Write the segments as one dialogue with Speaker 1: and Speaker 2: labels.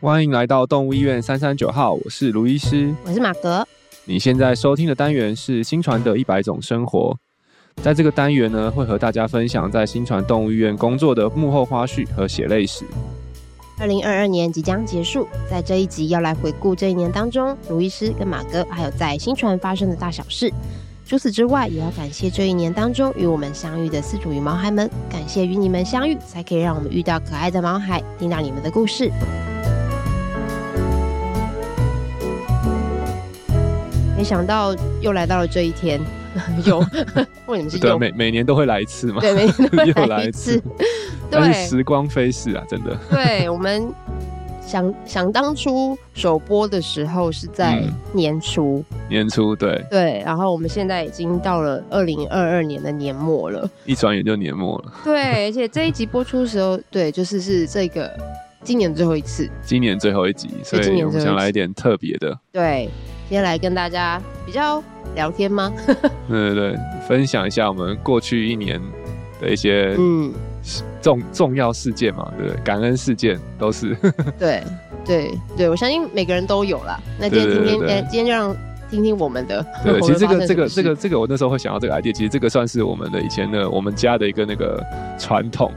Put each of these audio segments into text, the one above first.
Speaker 1: 欢迎来到动物医院三三九号，我是卢医师。
Speaker 2: 我是马格，
Speaker 1: 你现在收听的单元是新传的一百种生活，在这个单元呢，会和大家分享在新传动物医院工作的幕后花絮和血泪史。
Speaker 2: 二零二二年即将结束，在这一集要来回顾这一年当中，卢医师跟马哥还有在新传发生的大小事。除此之外，也要感谢这一年当中与我们相遇的饲主与毛孩们，感谢与你们相遇，才可以让我们遇到可爱的毛孩，听到你们的故事。没想到又来到了这一天， 有，为什么是
Speaker 1: 对啊，
Speaker 2: 有？
Speaker 1: 每每年都会来一次嘛，
Speaker 2: 对，每天 都
Speaker 1: 又
Speaker 2: 会
Speaker 1: 来
Speaker 2: 来
Speaker 1: 一
Speaker 2: 一
Speaker 1: 次
Speaker 2: 次。
Speaker 1: 但
Speaker 2: 对
Speaker 1: 是时光飞逝啊，真 的。
Speaker 2: 对我们想想当初首播的时候是在
Speaker 1: 嗯
Speaker 2: 年初，
Speaker 1: 年初对，
Speaker 2: 对，然后我们现在已经到了二零二二年的年末了，
Speaker 1: 一转眼就年末了，
Speaker 2: 对，而且这一集播出的时候，对，就是是这个今年最后一次，
Speaker 1: 今年最后一集，所
Speaker 2: 对今
Speaker 1: 以
Speaker 2: 年
Speaker 1: 我们
Speaker 2: 最
Speaker 1: 想
Speaker 2: 后一
Speaker 1: 来
Speaker 2: 集
Speaker 1: 一点特别的，
Speaker 2: 对，今天来跟大家比较聊天吗？
Speaker 1: 对对对，分享一下我们过去一年的一些
Speaker 2: 嗯，
Speaker 1: 重重要事件嘛，对不对？感恩事件都 是。
Speaker 2: 对，对，对，我相信每个人都有啦。那今天
Speaker 1: 对对
Speaker 2: 今天
Speaker 1: 对对
Speaker 2: 呃今天就让听听我们的，
Speaker 1: 对，
Speaker 2: 我
Speaker 1: 其
Speaker 2: 们
Speaker 1: 实这
Speaker 2: 发
Speaker 1: 个
Speaker 2: 生
Speaker 1: 这个
Speaker 2: 什
Speaker 1: 这
Speaker 2: 么
Speaker 1: 个
Speaker 2: 事
Speaker 1: 这个，我那时候会想到这个 idea，其实这个算是我们的以前的我们家的一个那个传统，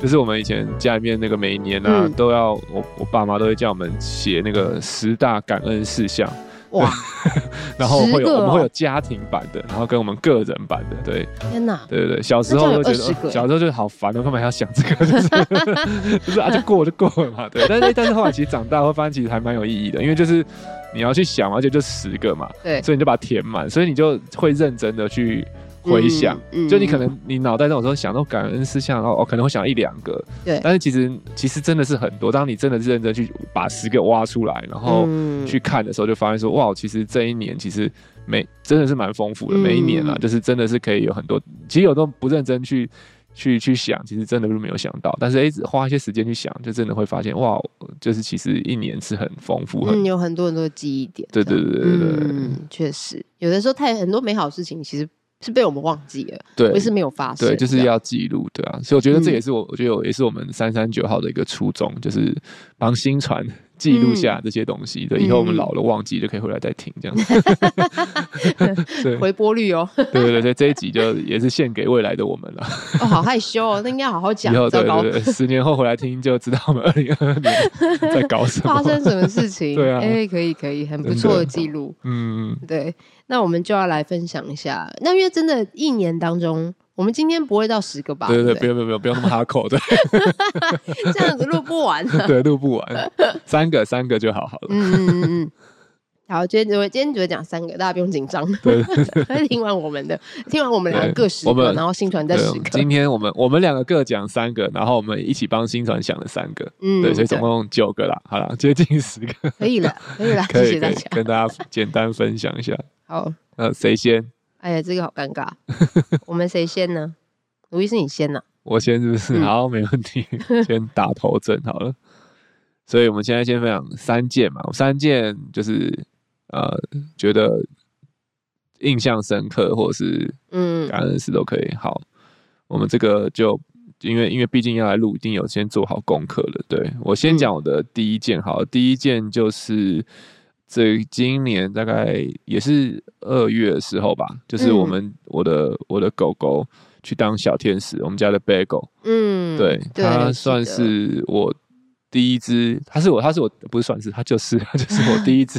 Speaker 1: 就是我们以前家里面那个每一年啊、
Speaker 2: 嗯
Speaker 1: 都要我我爸妈都会叫我们写那个十大感恩事项，
Speaker 2: 哇，
Speaker 1: 然后
Speaker 2: 十
Speaker 1: 会有、
Speaker 2: 个
Speaker 1: 我们
Speaker 2: 哦
Speaker 1: 会有家庭版的，然后跟我们个人版的，对
Speaker 2: 天哪，
Speaker 1: 对对对，小时候
Speaker 2: 那这样
Speaker 1: 就
Speaker 2: 有
Speaker 1: 觉得
Speaker 2: 20个
Speaker 1: 哦小时候就好烦哦，干嘛还要想这个，就是 就是啊就过就过了嘛，对，但是但是后来其实长大后发现其实还蛮有意义的，因为就是你要去想，而且就十个嘛，
Speaker 2: 对，
Speaker 1: 所以你就把它填满，所以你就会认真的去回想。
Speaker 2: 嗯，嗯
Speaker 1: 就你可能你脑袋那种时候想到感恩事项，然后哦可能会想一两个，
Speaker 2: 对
Speaker 1: 但是其实其实真的是很多。当你真的认真去把十个挖出来，然后
Speaker 2: 嗯
Speaker 1: 去看的时候，就发现说哇，其实这一年其实每真的是蛮丰富的，每一年啊，
Speaker 2: 嗯
Speaker 1: 就是真的是可以有很多。其实有时候不认真去去去想，其实真的就没有想到。但是哎、花一些时间去想，就真的会发现哇，就是其实一年是很丰富，很、
Speaker 2: 嗯，有很多很多记忆点。
Speaker 1: 对对对对对对
Speaker 2: 嗯，确实，有的时候太很多美好事情其实是被我们忘记了，
Speaker 1: 对，
Speaker 2: 不是没有发生。
Speaker 1: 对，就
Speaker 2: 这
Speaker 1: 是
Speaker 2: 样
Speaker 1: 要记录，对啊，所以我觉得这
Speaker 2: 嗯
Speaker 1: 也是我，我觉得我也是我们三三九号的一个初衷，就是帮新传记录下这些东西，对，以后我们
Speaker 2: 嗯
Speaker 1: 老了忘记就可以回来再听， 这样子。对
Speaker 2: 回播率哦。
Speaker 1: 对对对，所以这一集就也是献给未来的我们了。
Speaker 2: 哦，好害羞哦，那应该好好 讲
Speaker 1: 以。后对
Speaker 2: 糟糕
Speaker 1: 对，对，十年后回来听就知道我们二零二二年在搞什
Speaker 2: 发
Speaker 1: 么。
Speaker 2: 生什么事情？
Speaker 1: 对啊
Speaker 2: 哎，可以可以，很不
Speaker 1: 真的
Speaker 2: 错的记录。
Speaker 1: 嗯，
Speaker 2: 对，那我们就要来分享一下。那因为真的，一年当中，我们今天不会到十个吧？
Speaker 1: 对对对，
Speaker 2: 不
Speaker 1: 不用不用不用不用那么哈口， 对
Speaker 2: 对，这样子录不完。
Speaker 1: 对，录不完，三个三个就好好了。
Speaker 2: 嗯嗯嗯嗯。好，今天只会今天只会讲三个，大家不用紧张。
Speaker 1: 对，
Speaker 2: 听完我们的，听完我们两个
Speaker 1: 对
Speaker 2: 各十
Speaker 1: 我
Speaker 2: 个，
Speaker 1: 们
Speaker 2: 然后新传再
Speaker 1: 对
Speaker 2: 十，个。
Speaker 1: 今天我们我们两个各讲三个，然后我们一起帮新传想了三个。
Speaker 2: 嗯
Speaker 1: 对，所以总共九个啦，好啦，接近十个，
Speaker 2: 可以了，可以了，
Speaker 1: 可
Speaker 2: 谢
Speaker 1: 以可
Speaker 2: 谢大
Speaker 1: 以
Speaker 2: 家。
Speaker 1: 跟大家简单分享一下。
Speaker 2: 好，
Speaker 1: 呃，谁先？
Speaker 2: 哎呀，这个好尴尬，我们谁先呢？卢医师你先啊呢、
Speaker 1: 我先是不是？
Speaker 2: 嗯
Speaker 1: 好，没问题， 先打头阵好了。所以我们现在先分享三件嘛，三件就是呃，觉得印象深刻或者是
Speaker 2: 嗯，
Speaker 1: 感恩的事都可以。好，我们这个就因为因为毕竟要来录，一定有先做好功课了。对我
Speaker 2: 嗯
Speaker 1: 先讲我的第一件，好了，第一件就是这今年大概也是二月的时候吧，
Speaker 2: 嗯
Speaker 1: 就是我们、我的我的狗狗去当小天使，我们家的 Bagel，、
Speaker 2: 嗯，
Speaker 1: 对
Speaker 2: 对，我记
Speaker 1: 它
Speaker 2: 得
Speaker 1: 算是我。第一只，它是我，它是我，不是算是，它就是，它就是我第一 只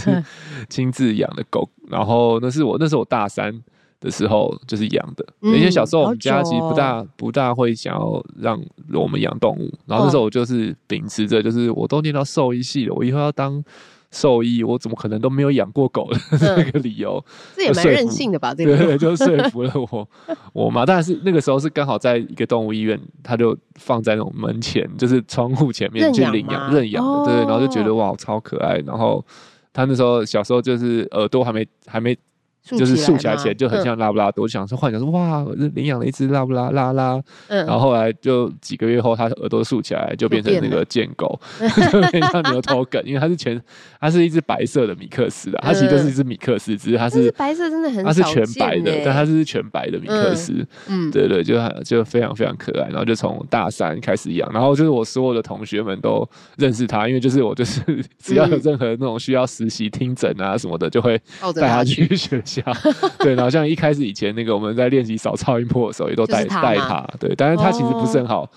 Speaker 1: 亲自养的狗。然后那是我，那是我大三的时候就是养的，
Speaker 2: 嗯
Speaker 1: 因为小时候我
Speaker 2: 好
Speaker 1: 们家
Speaker 2: 久
Speaker 1: 其实不
Speaker 2: 哦
Speaker 1: 大、不大会想要让我们养动物，然后那时
Speaker 2: 哦
Speaker 1: 候我就是秉持着，就是我都念到兽医系了，我以后要当兽医，我怎么可能都没有养过狗的
Speaker 2: 嗯
Speaker 1: 那个理由？
Speaker 2: 这也蛮任性的吧？这
Speaker 1: 呃对
Speaker 2: 个
Speaker 1: 对，就说服了我我妈。但是那个时候是刚好在一个动物医院，他就放在那种门前，就是窗户前面
Speaker 2: 认
Speaker 1: 去
Speaker 2: 养
Speaker 1: 领
Speaker 2: 吗
Speaker 1: 养认养的，对，然后就觉得
Speaker 2: 哦
Speaker 1: 哇超可爱。然后他那时候小时候就是耳朵还没还没就是竖起来
Speaker 2: 吗嗯
Speaker 1: 起来就很像拉布拉多，我想说幻想说哇，我这领养了一只拉布拉拉拉，
Speaker 2: 嗯，
Speaker 1: 然后后来就几个月后，它耳朵竖起来，就变成那
Speaker 2: 变
Speaker 1: 个贱 狗，就变成像牛头梗，因为它是全，它是一只白色的米克斯的，它其实就是一只米克斯，只是它
Speaker 2: 但是
Speaker 1: 是
Speaker 2: 白色真的很
Speaker 1: 它是
Speaker 2: 少
Speaker 1: 全白
Speaker 2: 见
Speaker 1: 的，
Speaker 2: 欸
Speaker 1: 但它是全白的米克
Speaker 2: 嗯
Speaker 1: 斯，
Speaker 2: 嗯
Speaker 1: 对对，就很就非常非常可爱，然后就从大三开始养，然后就是我所有的同学们都认识它，因为就是我就是 只要有
Speaker 2: 嗯
Speaker 1: 任何那种需要实习听诊啊什么的，就会
Speaker 2: 抱着
Speaker 1: 带
Speaker 2: 它
Speaker 1: 他去学校。 对，然后像一开始以前那个我们在练习扫超音波的时候，也都
Speaker 2: 就是
Speaker 1: 带
Speaker 2: 它
Speaker 1: 带
Speaker 2: 嘛
Speaker 1: 他。对，但是他其实不是
Speaker 2: 哦
Speaker 1: 很好，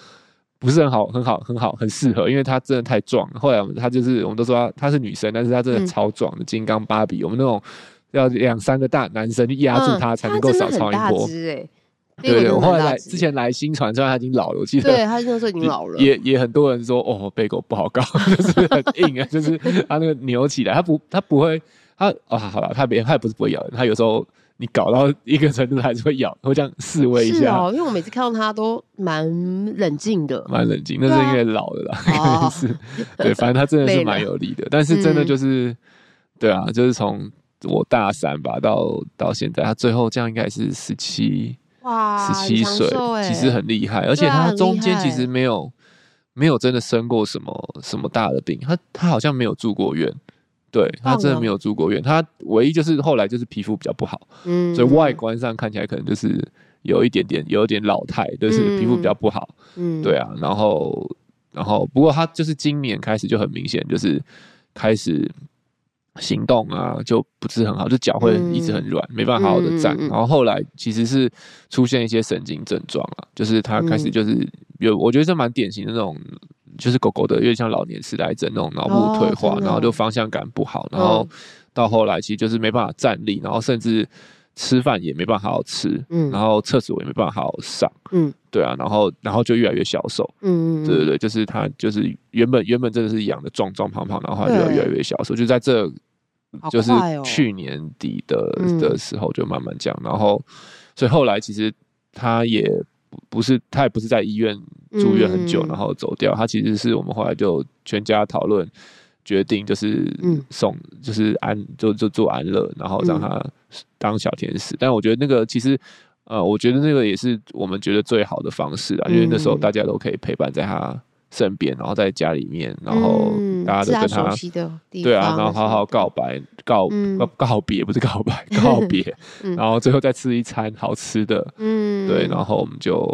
Speaker 1: 不是很好，很好，很好，很适合，因为他真的太壮了。后来我们他就是我们都说他他是女生，但是他真
Speaker 2: 嗯
Speaker 1: 的超壮的，金刚芭比。我们那种要两三个大男生去压住
Speaker 2: 嗯
Speaker 1: 他才能够
Speaker 2: 真的
Speaker 1: 扫
Speaker 2: 很
Speaker 1: 超音
Speaker 2: 大
Speaker 1: 波。
Speaker 2: 只欸那个
Speaker 1: 对对，
Speaker 2: 真
Speaker 1: 我
Speaker 2: 的
Speaker 1: 后
Speaker 2: 很
Speaker 1: 来
Speaker 2: 大
Speaker 1: 来
Speaker 2: 只
Speaker 1: 之前来新传，虽然他已经老了，我记得
Speaker 2: 对，他那时候已经老了，
Speaker 1: 也也很多人说哦，背狗不好搞， 就是很硬啊，就是它那个扭起来，它不它不会，它啊好了，它别它也不是不会咬人，它有时候你搞到一个程度它还是会咬，会这样示威一
Speaker 2: 是
Speaker 1: 下，
Speaker 2: 哦，因为我每次看到他都蛮冷静的，
Speaker 1: 蛮、冷静。那是因为老了啦，可能
Speaker 2: 哦，
Speaker 1: 是对，反正它真的
Speaker 2: 累
Speaker 1: 是
Speaker 2: 了
Speaker 1: 蛮有力的，但是真的
Speaker 2: 嗯
Speaker 1: 就是、对啊，就是从我大三吧到到现在，它最后这样应该是十七
Speaker 2: 哇，
Speaker 1: 十七
Speaker 2: 啊很
Speaker 1: 岁
Speaker 2: 长寿，欸
Speaker 1: 其实很厉害，而且
Speaker 2: 对啊
Speaker 1: 他
Speaker 2: 很厉
Speaker 1: 中间其
Speaker 2: 害
Speaker 1: 实没有没有真的生过什么什么大的病，他他好像没有住过院，对他
Speaker 2: 棒
Speaker 1: 真的
Speaker 2: 哦
Speaker 1: 没有住过院，他唯一就是后来就是皮肤比较不好，
Speaker 2: 嗯
Speaker 1: 所以外观上看起来可能就是有一点点有一点老态，就是皮肤比较不好，
Speaker 2: 嗯
Speaker 1: 对啊，然后然后不过他就是今年开始就很明显就是开始。行动啊，就不是很好，就脚会一直很软，没办法好好的站。
Speaker 2: 嗯嗯嗯
Speaker 1: 然后后来其实是出现一些神经症状啊，就是他开始
Speaker 2: 嗯
Speaker 1: 就是有，我觉得这蛮典型的那种，就是狗狗的有点像老年痴呆症那种脑部退
Speaker 2: 哦
Speaker 1: 化，
Speaker 2: 真的嗯
Speaker 1: 然后就方向感不好，然后到后来其实就是没办法站立，然后甚至吃饭也没办法好好吃，
Speaker 2: 嗯
Speaker 1: 然后厕所也没办法好好上，
Speaker 2: 嗯
Speaker 1: 对啊，然后然后就越来越消瘦，
Speaker 2: 嗯嗯
Speaker 1: 对对对，就是他就是原本原本真的是养的壮壮胖胖，然后后来就
Speaker 2: 对
Speaker 1: 越来越消瘦，就在这
Speaker 2: 好
Speaker 1: 就是
Speaker 2: 快哦
Speaker 1: 去年底的、
Speaker 2: 嗯
Speaker 1: 的时候就慢慢这样，然后所以后来其实他也不不是他也不是在医院住院很久，
Speaker 2: 嗯
Speaker 1: 然后走掉，他其实是我们后来就全家讨论决定就是
Speaker 2: 嗯
Speaker 1: 送、就是安就就做安乐，然后让
Speaker 2: 嗯
Speaker 1: 他当小天使，但我觉得那个其实。呃，我觉得那个也是我们觉得最好的方式啊，因为那时候
Speaker 2: 嗯
Speaker 1: 大家都可以陪伴在他身边，然后在家里面，然后
Speaker 2: 嗯
Speaker 1: 大
Speaker 2: 是
Speaker 1: 家都跟
Speaker 2: 熟
Speaker 1: 他
Speaker 2: 悉的地方，
Speaker 1: 对啊，然后好好告白，告
Speaker 2: 嗯
Speaker 1: 告告别，不是告白，告别
Speaker 2: 嗯，
Speaker 1: 然后最后再吃一餐好吃的，
Speaker 2: 嗯
Speaker 1: 对，然后我们就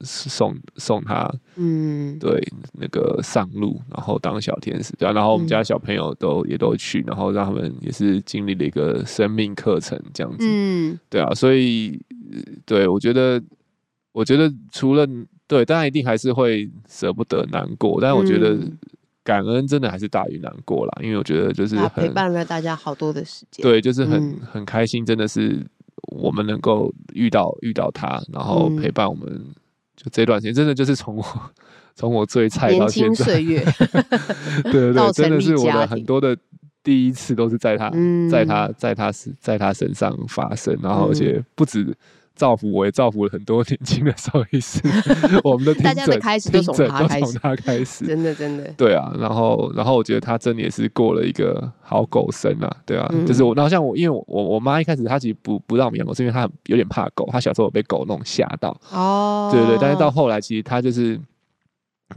Speaker 1: 送送他
Speaker 2: 嗯
Speaker 1: 对那个上路，然后当小天使，对啊，然后我们
Speaker 2: 嗯
Speaker 1: 家小朋友都也都去，然后让他们也是经历了一个生命课程这样子，
Speaker 2: 嗯
Speaker 1: 对啊，所以呃对我觉得，我觉得除了对，当然一定还是会舍不得难过，但我觉得
Speaker 2: 嗯
Speaker 1: 感恩真的还是大于难过啦，因为我觉得就是
Speaker 2: 他啊陪
Speaker 1: 很
Speaker 2: 伴了大家好多的时间，
Speaker 1: 对，就是很、
Speaker 2: 嗯
Speaker 1: 很开心，真的是我们能够遇到遇到他，然后
Speaker 2: 嗯
Speaker 1: 陪伴我们，就这段时间真的就是从我从我最菜到
Speaker 2: 年
Speaker 1: 现
Speaker 2: 轻
Speaker 1: 在，
Speaker 2: 岁 月，
Speaker 1: 对对
Speaker 2: 到
Speaker 1: 对，真
Speaker 2: 成
Speaker 1: 的
Speaker 2: 立
Speaker 1: 是我
Speaker 2: 家
Speaker 1: 的
Speaker 2: 庭
Speaker 1: 很多的第一次都是在他
Speaker 2: 嗯，
Speaker 1: 在他在他是在他身上发生，然后而且不止造福我，也造福了很多年轻的兽医师。 我们的听
Speaker 2: 大家的
Speaker 1: 诊
Speaker 2: 开始都
Speaker 1: 听
Speaker 2: 从
Speaker 1: 诊
Speaker 2: 他
Speaker 1: 都
Speaker 2: 开
Speaker 1: 从
Speaker 2: 始
Speaker 1: 他开始。
Speaker 2: 真的真的，
Speaker 1: 对啊，然后然后我觉得他真的也是过了一个好狗生啊，对啊，
Speaker 2: 嗯
Speaker 1: 就是我，然后像我，因为我我我妈一开始她其实不不让我们养狗，是因为她很有点怕狗，她小时候有被狗那种吓到，
Speaker 2: 哦，
Speaker 1: 对对，但是到后来其实她就是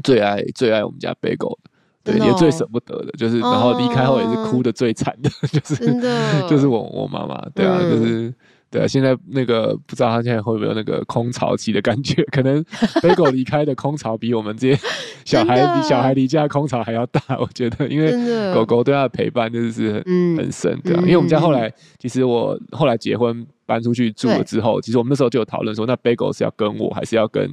Speaker 1: 最爱最爱我们家贝狗的，对，
Speaker 2: 真的
Speaker 1: 也最
Speaker 2: 哦
Speaker 1: 舍不得的，就是然后离开后也是哭的最惨的，就是
Speaker 2: 真的
Speaker 1: 就是我我妈妈，对啊，
Speaker 2: 嗯
Speaker 1: 就是对啊，现在那个不知道她现在会不会有那个空巢期的感觉，可能贝狗离开的空巢比我们这些小孩
Speaker 2: 真的
Speaker 1: 比小孩离家的空巢还要大，我觉得，因为
Speaker 2: 真的
Speaker 1: 狗，狗对它的陪伴真的是很。
Speaker 2: 嗯
Speaker 1: 很深，对啊，
Speaker 2: 嗯
Speaker 1: 因为我们家后来，其实我后来结婚搬出去住了
Speaker 2: 对
Speaker 1: 之后，其实我们那时候就有讨论说，那贝狗是要跟我，还是要跟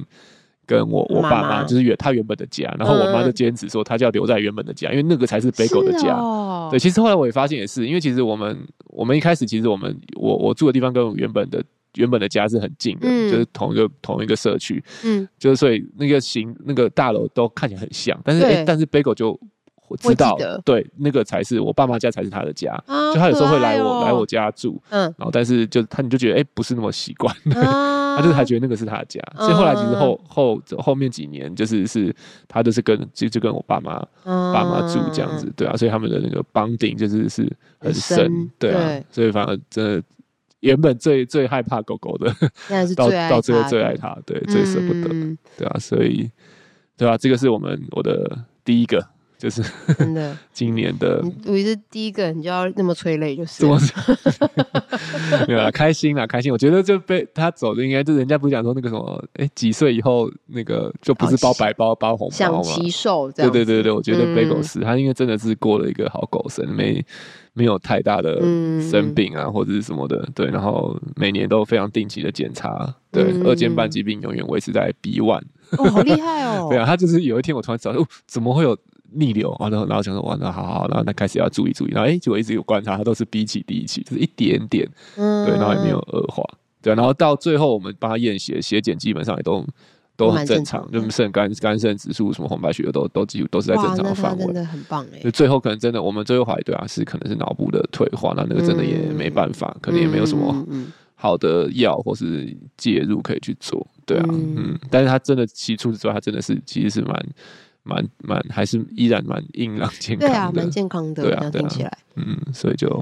Speaker 1: 跟我我爸
Speaker 2: 妈妈
Speaker 1: 妈，就是原他原本的家，然后我妈
Speaker 2: 嗯
Speaker 1: 就坚持说，她就要留在原本的家，因为那个才是贝狗的
Speaker 2: 是
Speaker 1: 家。
Speaker 2: 哦
Speaker 1: 对，其实后来我也发现也是，因为其实我们我们一开始其实我们我我住的地方跟我原本的原本的家是很近的，
Speaker 2: 嗯
Speaker 1: 就是同一个同一个社区，
Speaker 2: 嗯，
Speaker 1: 就是所以那个形那个大楼都看起来很像，但是
Speaker 2: 对
Speaker 1: 诶但是 Bagel 就我
Speaker 2: 会
Speaker 1: 知
Speaker 2: 记
Speaker 1: 道
Speaker 2: 得
Speaker 1: 对那个才是我爸妈家才是他的家，
Speaker 2: 啊
Speaker 1: 就他有时候会来我、
Speaker 2: 好可爱哦
Speaker 1: 来我家住，
Speaker 2: 嗯
Speaker 1: 然后但是就他你就觉得哎、诶不是那么习惯，
Speaker 2: 啊
Speaker 1: 他就是还觉得那个是他的家，所以后来其实
Speaker 2: 嗯
Speaker 1: 后后后面几年就是是他就是跟就就跟我爸妈
Speaker 2: 嗯啊
Speaker 1: 爸妈住这样子，对啊，所以他们的那个绑定就是是很
Speaker 2: 很
Speaker 1: 深，
Speaker 2: 深
Speaker 1: 对啊，
Speaker 2: 对
Speaker 1: 所以反而真的原本最最害怕狗狗的，
Speaker 2: 那是
Speaker 1: 到
Speaker 2: 最爱
Speaker 1: 到最后
Speaker 2: 它
Speaker 1: 最
Speaker 2: 的
Speaker 1: 爱它，对，最舍不得，
Speaker 2: 嗯
Speaker 1: 对啊，所以对啊，这个是我们我的第一个，就是
Speaker 2: 真的，
Speaker 1: 今年的
Speaker 2: 你我是第一个，你就要那么催泪，就是
Speaker 1: 怎么 没有啦，开心啦，开心。我觉得就被他走的，应该就人家不是讲说那个什么，哎、几岁以后那个就不是包白包包红包
Speaker 2: 想
Speaker 1: 嘛？
Speaker 2: 骑兽这
Speaker 1: 对
Speaker 2: 样子。
Speaker 1: 对对对，我觉得
Speaker 2: 嗯
Speaker 1: Bagel 是、他，因为真的是过了一个好狗生，没没有太大的
Speaker 2: 嗯
Speaker 1: 生病啊、或者是什么的，对，然后每年都非常定期的检查，对，
Speaker 2: 嗯
Speaker 1: 二尖瓣疾病永远维持在 B one，
Speaker 2: 哦，好厉害哦！
Speaker 1: 对啊，他就是有一天我突然知道，哦，怎么会有逆流啊？然后然后想说，哇，那好好，好然后那开始要注意注意，然后哎，结果一直有观察，他都是 B 期、D 期，就是一点点，
Speaker 2: 嗯，
Speaker 1: 对，然后也没有恶化，对啊，然后到最后我们帮他验血，血检基本上也都都很
Speaker 2: 蛮正
Speaker 1: 正常
Speaker 2: 常，的
Speaker 1: 就是肾肝肝肾指数什么红白血球都都几乎都是在正
Speaker 2: 哇，
Speaker 1: 常
Speaker 2: 那
Speaker 1: 的
Speaker 2: 他
Speaker 1: 范
Speaker 2: 真
Speaker 1: 围。
Speaker 2: 的很棒哎
Speaker 1: 就。最后可能真的，我们最后怀疑对啊，是可能是脑部的退化，那那个真的也
Speaker 2: 嗯
Speaker 1: 没办法，可能也没有什么
Speaker 2: 嗯嗯
Speaker 1: 好的药或是介入可以去做，对啊，
Speaker 2: 嗯
Speaker 1: 嗯，但是他真的，其实除此之外，他真的是其实是蛮蛮蛮，还是依然蛮硬朗健
Speaker 2: 嗯对啊，
Speaker 1: 康的，
Speaker 2: 蛮健康的，
Speaker 1: 对
Speaker 2: 这
Speaker 1: 啊
Speaker 2: 样
Speaker 1: 对
Speaker 2: 听
Speaker 1: 啊
Speaker 2: 起来。
Speaker 1: 嗯，所以就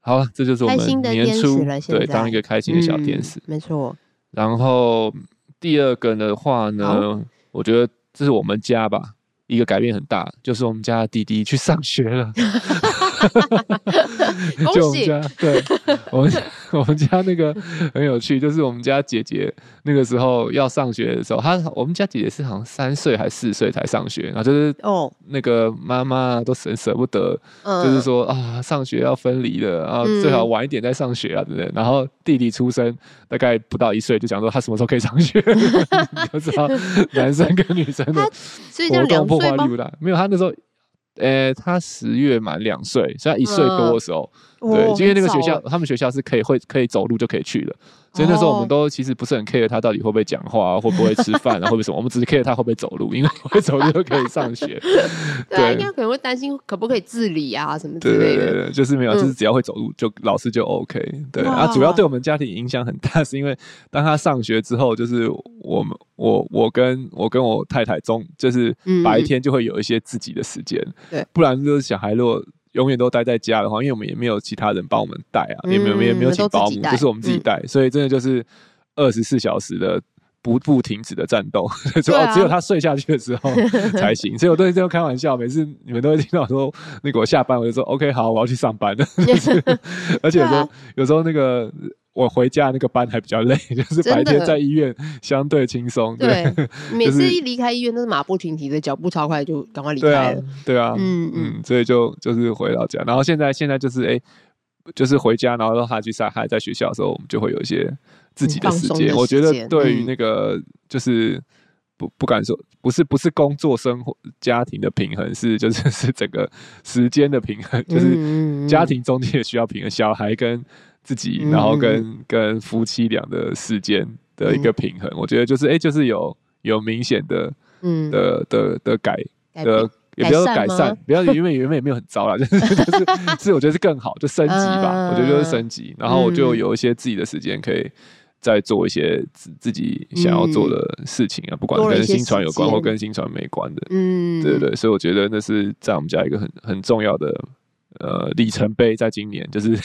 Speaker 1: 好了，这就是我
Speaker 2: 开心
Speaker 1: 们
Speaker 2: 的
Speaker 1: 年
Speaker 2: 天使
Speaker 1: 初
Speaker 2: 了现
Speaker 1: 对
Speaker 2: 在
Speaker 1: 当一个开心的小天使。
Speaker 2: 嗯 没错。
Speaker 1: 然后第二个的话呢，我觉得这是我们家吧。一个改变很大，就是我们家的弟弟去上学了。
Speaker 2: 恭
Speaker 1: 就我们
Speaker 2: 喜
Speaker 1: 家，对，我们 我们家那个很有趣，就是我们家姐姐那个时候要上学的时候，她我们家姐姐是好像三岁还是四岁才上学，然后就是
Speaker 2: 哦，
Speaker 1: 那个妈妈都舍舍不得，
Speaker 2: 嗯，
Speaker 1: 就是说啊，上学要分离了啊，
Speaker 2: 嗯
Speaker 1: 最好晚一点再上学啊，对不对？然后弟弟出生大概不到一岁，就讲说他什么时候可以上 学，你就知道男生跟女生的
Speaker 2: 他所以这
Speaker 1: 活
Speaker 2: 样
Speaker 1: 动
Speaker 2: 两
Speaker 1: 破
Speaker 2: 岁
Speaker 1: 坏
Speaker 2: 吗
Speaker 1: 力？不大。没有，他那时候，呃，他十月满两岁，所以他一岁多的时候，
Speaker 2: 哦
Speaker 1: 对，因为那个学
Speaker 2: 很早
Speaker 1: 校
Speaker 2: 欸哦
Speaker 1: 他们学校是可以会可以走路就可以去了，所以那时候我们都其实不是很 care 他到底会不会讲话、啊，会不会吃饭啊，会不会什么，我们只是 care 他会不会走路，因为 会走路就可以上学。
Speaker 2: 对
Speaker 1: 对
Speaker 2: 啊，应该可能会担心可不可以自理啊什么之
Speaker 1: 对对
Speaker 2: 类
Speaker 1: 对
Speaker 2: 的。
Speaker 1: 对，就是没有，
Speaker 2: 嗯
Speaker 1: 就是只要会走路就老师就 OK 对。
Speaker 2: 哇
Speaker 1: 啊，主要对我们家庭影响很大，是因为当他上学之后，就是我们我我跟我跟我太太中，就是
Speaker 2: 嗯
Speaker 1: 白天就会有一些自己的时间，
Speaker 2: 对
Speaker 1: 不然就是小孩如果。永远都待在家的话，因为我们也没有其他人帮我们带啊，也没有
Speaker 2: 嗯
Speaker 1: 没有没有请
Speaker 2: 都
Speaker 1: 保
Speaker 2: 自己
Speaker 1: 姆，
Speaker 2: 带嗯
Speaker 1: 就是我们自己带，所以真的就是二十四小时的不不停止的战斗， 只有、
Speaker 2: 对
Speaker 1: 哦
Speaker 2: 啊
Speaker 1: 只有他睡下去的时 候才行。所以我都是这样开玩笑，每次你们都会听到说那个我下班我就说 OK 好，我要去上班了。 而且有时候、
Speaker 2: 对啊
Speaker 1: 有时候那个我回家那个班还比较累， 就是
Speaker 2: 真的
Speaker 1: 白天在医院相对轻松。对
Speaker 2: 对，每
Speaker 1: 就
Speaker 2: 次
Speaker 1: 是
Speaker 2: 一离开医院都是马不停蹄的，脚步超快就赶快离
Speaker 1: 对
Speaker 2: 开
Speaker 1: 啊
Speaker 2: 了。
Speaker 1: 对啊，
Speaker 2: 嗯嗯，
Speaker 1: 嗯，所以就就是回老家，然后现在现在就是哎、就是回家，然后让他去上，他还在学校的时候，我们就会有一些自己的时
Speaker 2: 嗯放松的时
Speaker 1: 间。
Speaker 2: 间
Speaker 1: 我觉得对于
Speaker 2: 嗯
Speaker 1: 那个就是不不敢说，不是不是工作生活家庭的平衡，是就是 是整个时间的平衡，就是
Speaker 2: 嗯嗯嗯
Speaker 1: 家庭中间也需要平衡，小孩跟自己，
Speaker 2: 嗯
Speaker 1: 然后跟跟夫妻俩的时间的一个平衡。我觉得就是哎、就是有有明显的
Speaker 2: 嗯
Speaker 1: 的的的改
Speaker 2: 改变
Speaker 1: 的，呃也不要说
Speaker 2: 呃改
Speaker 1: 改
Speaker 2: 善
Speaker 1: 善
Speaker 2: 吗，
Speaker 1: 不要原本原本也没有很糟啦， 就是就是是我觉得是更好，就升级吧，我觉得就是升级，然后我就
Speaker 2: 嗯
Speaker 1: 有一些自己的时间可以。再做一些自自己想要做的事情啊，不管
Speaker 2: 嗯多了一
Speaker 1: 跟
Speaker 2: 些
Speaker 1: 新传有
Speaker 2: 时
Speaker 1: 关
Speaker 2: 间
Speaker 1: 或跟新传没关的，
Speaker 2: 嗯，
Speaker 1: 对对对，所以我觉得那是在我们家一个很很重要的呃里程碑，在今年就是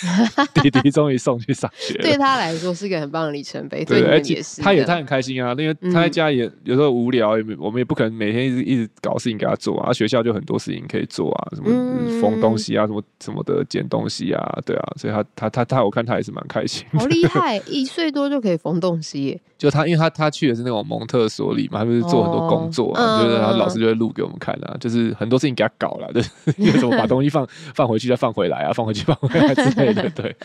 Speaker 1: 弟弟终于送去上学了，
Speaker 2: 对他来说是个很棒的里程碑，
Speaker 1: 对，
Speaker 2: 你
Speaker 1: 而
Speaker 2: 们
Speaker 1: 且
Speaker 2: 也是的。嗯
Speaker 1: 他也他很开心啊，因为他在家也、有时候无聊，也没我们也不可能每天一直一直搞事情给他做啊。学校就很多事情可以做啊，什么
Speaker 2: 嗯
Speaker 1: 缝东西啊，什么什么的捡东西啊，对啊，所以他他他他，我看他也是蛮开心的。
Speaker 2: 好厉害，一岁多就可以缝东西耶，
Speaker 1: 就他，因为他他去的是那种蒙特梭利嘛，他就是做很多工作
Speaker 2: 哦
Speaker 1: 啊，就是然后
Speaker 2: 嗯
Speaker 1: 老师就会录给我们看啊，就是很多事情给他搞了，就是 因为什么把东西放放回去再放回来啊，放回去放回来之类的，对。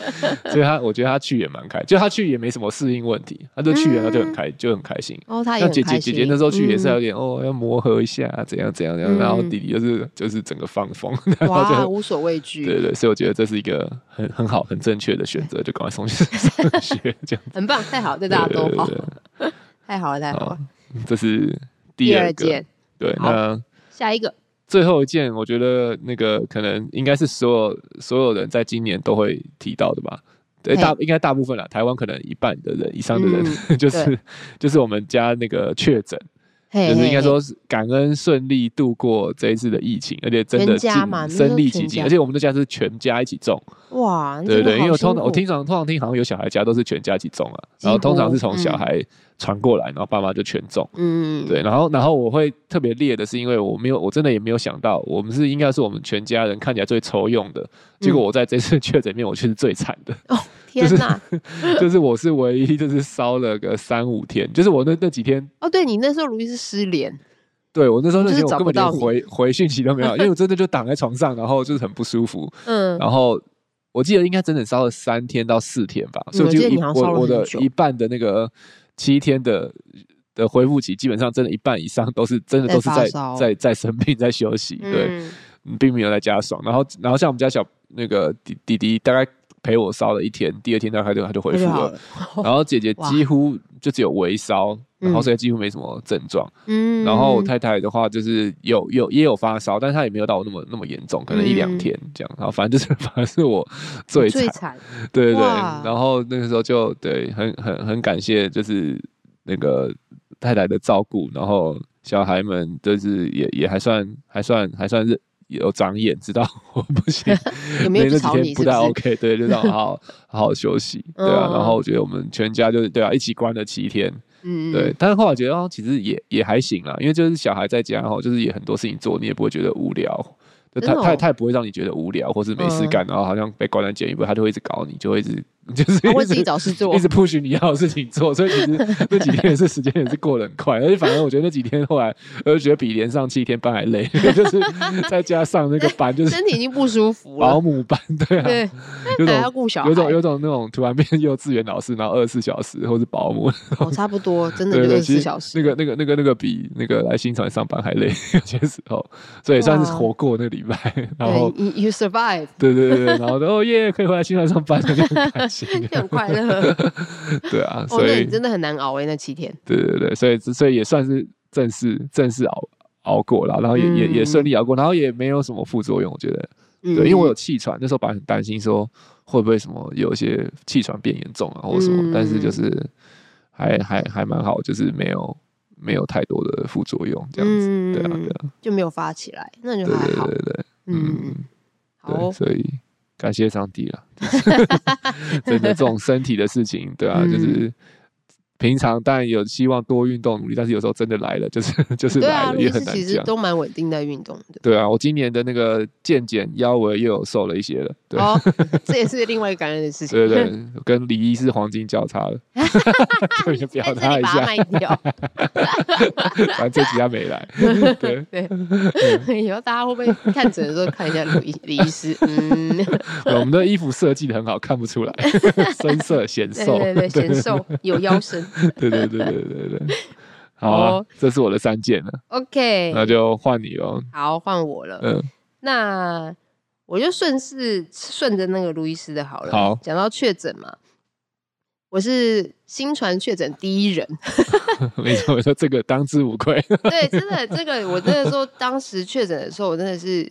Speaker 1: 所以他我觉得他去也蛮开，就他去也没什么适应问题，他就去了他就很
Speaker 2: 嗯
Speaker 1: 开就很开心。
Speaker 2: 然哦后他也
Speaker 1: 像
Speaker 2: 很
Speaker 1: 姐姐
Speaker 2: 开
Speaker 1: 姐
Speaker 2: 心。
Speaker 1: 姐那时候去也是
Speaker 2: 嗯
Speaker 1: 有点、哦，要磨合一下，怎样怎样怎样，然后
Speaker 2: 嗯
Speaker 1: 弟弟就是就是整个放风， 然后
Speaker 2: 哇，哦
Speaker 1: 就
Speaker 2: 无所畏惧，
Speaker 1: 对对，所以我觉得这是一个很很好很正确的选择，就赶快送去 上学这样。
Speaker 2: 很棒，太好，对
Speaker 1: 对
Speaker 2: 大家
Speaker 1: 对
Speaker 2: 都好
Speaker 1: 对，
Speaker 2: 太好了，太好
Speaker 1: 好
Speaker 2: 了。，
Speaker 1: 这是第二个
Speaker 2: 件，，
Speaker 1: 对，
Speaker 2: 好
Speaker 1: 那
Speaker 2: 下一个，
Speaker 1: 最后一件，我觉得那个可能应该是所有所有人在今年都会提到的吧。对，
Speaker 2: 嘿嗯
Speaker 1: 大应该大部分 了，台湾可能一半的人以上的人、就是就是我们家那个确诊，
Speaker 2: 嘿
Speaker 1: 就是应该
Speaker 2: 嘿
Speaker 1: 说是感恩顺利度过这一次的疫情，而且真的
Speaker 2: 全
Speaker 1: 尽
Speaker 2: 家嘛那时候
Speaker 1: 身临其
Speaker 2: 全
Speaker 1: 境，
Speaker 2: 家
Speaker 1: 而且我们的家是全家一起种，
Speaker 2: 嘿哇，
Speaker 1: 对
Speaker 2: 真的
Speaker 1: 对，因为
Speaker 2: 好
Speaker 1: 我通
Speaker 2: 辛
Speaker 1: 常我
Speaker 2: 苦
Speaker 1: 听常通常听好像有小孩家都是全家一起种啊，
Speaker 2: 几
Speaker 1: 然后通常是
Speaker 2: 乎
Speaker 1: 从小
Speaker 2: 嗯
Speaker 1: 孩传过来，然后爸妈就全种。
Speaker 2: 嗯，
Speaker 1: 对，然后然后我会特别列的是，因为我没有，我真的也没有想到，我们是应该是我们全家人看起来最愁用
Speaker 2: 嗯
Speaker 1: 的，结果我在这次 确诊里面，我却是最惨 的，
Speaker 2: 天
Speaker 1: 就是
Speaker 2: 哪！
Speaker 1: 就是我是唯一就是烧了个三五天，就是我那那几天，
Speaker 2: 哦，对你那时候如意是失联，
Speaker 1: 对我那时候那
Speaker 2: 就是
Speaker 1: 几天我
Speaker 2: 找
Speaker 1: 根
Speaker 2: 不
Speaker 1: 本连
Speaker 2: 到你
Speaker 1: 回回讯息都没有，因为我真的就躺在床上，然后就是很不舒服，
Speaker 2: 嗯，
Speaker 1: 然后我记得应该整整烧了三天到四天吧，
Speaker 2: 嗯
Speaker 1: 所以
Speaker 2: 我
Speaker 1: 就
Speaker 2: 记得
Speaker 1: 一
Speaker 2: 你好像烧
Speaker 1: 我
Speaker 2: 了
Speaker 1: 我的
Speaker 2: 很久
Speaker 1: 一半的那个七天的的恢复期，基本上真的一半以上都是真的
Speaker 2: 在
Speaker 1: 都是
Speaker 2: 发
Speaker 1: 在
Speaker 2: 烧
Speaker 1: 在在生病在休息，对，
Speaker 2: 嗯，
Speaker 1: 并没有在家爽。然后然后像我们家小那个弟弟弟大概陪我烧了一天，第二天大概就他就恢
Speaker 2: 那
Speaker 1: 复
Speaker 2: 就好
Speaker 1: 了，
Speaker 2: 了，
Speaker 1: 然后姐姐
Speaker 2: 哇
Speaker 1: 几乎就只有微烧，然后
Speaker 2: 嗯
Speaker 1: 所以几乎没什么症状。
Speaker 2: 嗯，
Speaker 1: 然后我太太的话就是有有也有发烧，但是她也没有到那么那么严重，可能一两
Speaker 2: 嗯
Speaker 1: 天这样。然后反正就是 反正是我最惨
Speaker 2: 最，惨，
Speaker 1: 对对对。
Speaker 2: 哇
Speaker 1: 然后那个时候就对，很很很感谢就是那个太太的照顾，然后小孩们就是也也还算还算还算是。有长眼，知道 我不行，
Speaker 2: 有没
Speaker 1: 那那
Speaker 2: 有去
Speaker 1: 几
Speaker 2: 吵
Speaker 1: 天
Speaker 2: 你？
Speaker 1: 不
Speaker 2: 是
Speaker 1: 太
Speaker 2: 是？
Speaker 1: OK，对，就让好好好好休息，对啊。
Speaker 2: 嗯
Speaker 1: 然后我觉得我们全家就是对啊，一起关了七天，
Speaker 2: 嗯，
Speaker 1: 对，但是后来觉得哦，其实也也还行啦，因为就是小孩在家哈，就是也很多事情做，你也不会觉得无聊。就
Speaker 2: 真
Speaker 1: 他
Speaker 2: 的
Speaker 1: 他
Speaker 2: 哦嗯
Speaker 1: 他也不会让你觉得无聊，或是没事干，然后好像被关在监狱，不他就会一直搞你，就会一直就是
Speaker 2: 他哦会
Speaker 1: 一
Speaker 2: 自己
Speaker 1: 直
Speaker 2: 找事 做
Speaker 1: 一，直 push 你要有事情做，所以其 实那几天也是时间也是过得很快，而且反正我觉得那几天后来，我就觉得比连上七天班还累， 就是再加上那个班就是
Speaker 2: 身体已经不舒服
Speaker 1: 保
Speaker 2: 了，
Speaker 1: 姆班，对啊，
Speaker 2: 对，
Speaker 1: 有
Speaker 2: 还要
Speaker 1: 种
Speaker 2: 顾小孩，
Speaker 1: 有种有种那种突然变幼稚园老师，然后二十四小时或是保姆，
Speaker 2: 哦，差不多，真的
Speaker 1: 对
Speaker 2: 就
Speaker 1: 对，
Speaker 2: 二十
Speaker 1: 其
Speaker 2: 四
Speaker 1: 实
Speaker 2: 小时。
Speaker 1: 那个、那个、那个、那个比那个来新船上班还累， 有些时候，所以也算是
Speaker 2: 哇
Speaker 1: 活过那个礼拜。然后
Speaker 2: 对，，你 you survive，
Speaker 1: 对对对对，然后就哦耶，可以回来新船上班了，就很开心。
Speaker 2: 就很快 乐。
Speaker 1: 对啊，
Speaker 2: 哦，
Speaker 1: 所
Speaker 2: 那
Speaker 1: 以、
Speaker 2: 你真的很难熬诶，欸那七天。
Speaker 1: 对对对，所以所以也算是正式正式熬熬过了，然后也、也也顺利熬过，然后也没有什么副作用，我觉得。
Speaker 2: 嗯，
Speaker 1: 对，因为我有气喘，那时候本来很担心说会不会什么有一些气喘变严重啊，或者什么，但是就
Speaker 2: 嗯
Speaker 1: 是还还还蛮好，就是没有没有太多的副作用这样子。对啊，
Speaker 2: 嗯
Speaker 1: 对啊，
Speaker 2: 就没有发起来，那就
Speaker 1: 对
Speaker 2: 还
Speaker 1: 对
Speaker 2: 好
Speaker 1: 对。对，
Speaker 2: 嗯，
Speaker 1: 嗯，
Speaker 2: 好
Speaker 1: 对，
Speaker 2: 哦，
Speaker 1: 所以感谢上帝了， 真的这种身体的事情，对啊，就
Speaker 2: 嗯
Speaker 1: 是。平常当然有希望多运动努力，但是有时候真的来了，就是就是
Speaker 2: 对
Speaker 1: 来
Speaker 2: 啊，
Speaker 1: 了，
Speaker 2: 你
Speaker 1: 也很
Speaker 2: 是
Speaker 1: 难
Speaker 2: 其实
Speaker 1: 讲。
Speaker 2: 都蛮稳定在运动的。
Speaker 1: 对啊，我今年的那个健检腰围又有瘦了一些了。对，
Speaker 2: 哦，这也是另外一个感人的事情。
Speaker 1: 对 对，对跟李一是黄金交叉 了，特别表达一
Speaker 2: 在这里把它
Speaker 1: 下，
Speaker 2: 卖掉，
Speaker 1: 反正这集他没 来。对，
Speaker 2: 对，以后大家会不会看诊的时候看一下李医李医 师？嗯，
Speaker 1: 我们的衣服设计的很好，看不出 来，深色显
Speaker 2: 对
Speaker 1: 瘦。
Speaker 2: 对对，显瘦有腰身。
Speaker 1: 对对对对对 对。好啊
Speaker 2: 哦，
Speaker 1: 这是我的三件了，
Speaker 2: OK，
Speaker 1: 那就换你 喽。
Speaker 2: 好，换我了。
Speaker 1: 嗯，
Speaker 2: 那我就顺势顺着那个路易斯的好了。
Speaker 1: 好
Speaker 2: 讲到确诊嘛，我是新传确诊第 一人。
Speaker 1: 没错没错，这个当之无愧。
Speaker 2: 对，真的，这个我真的说，当时确诊的时候，我真的是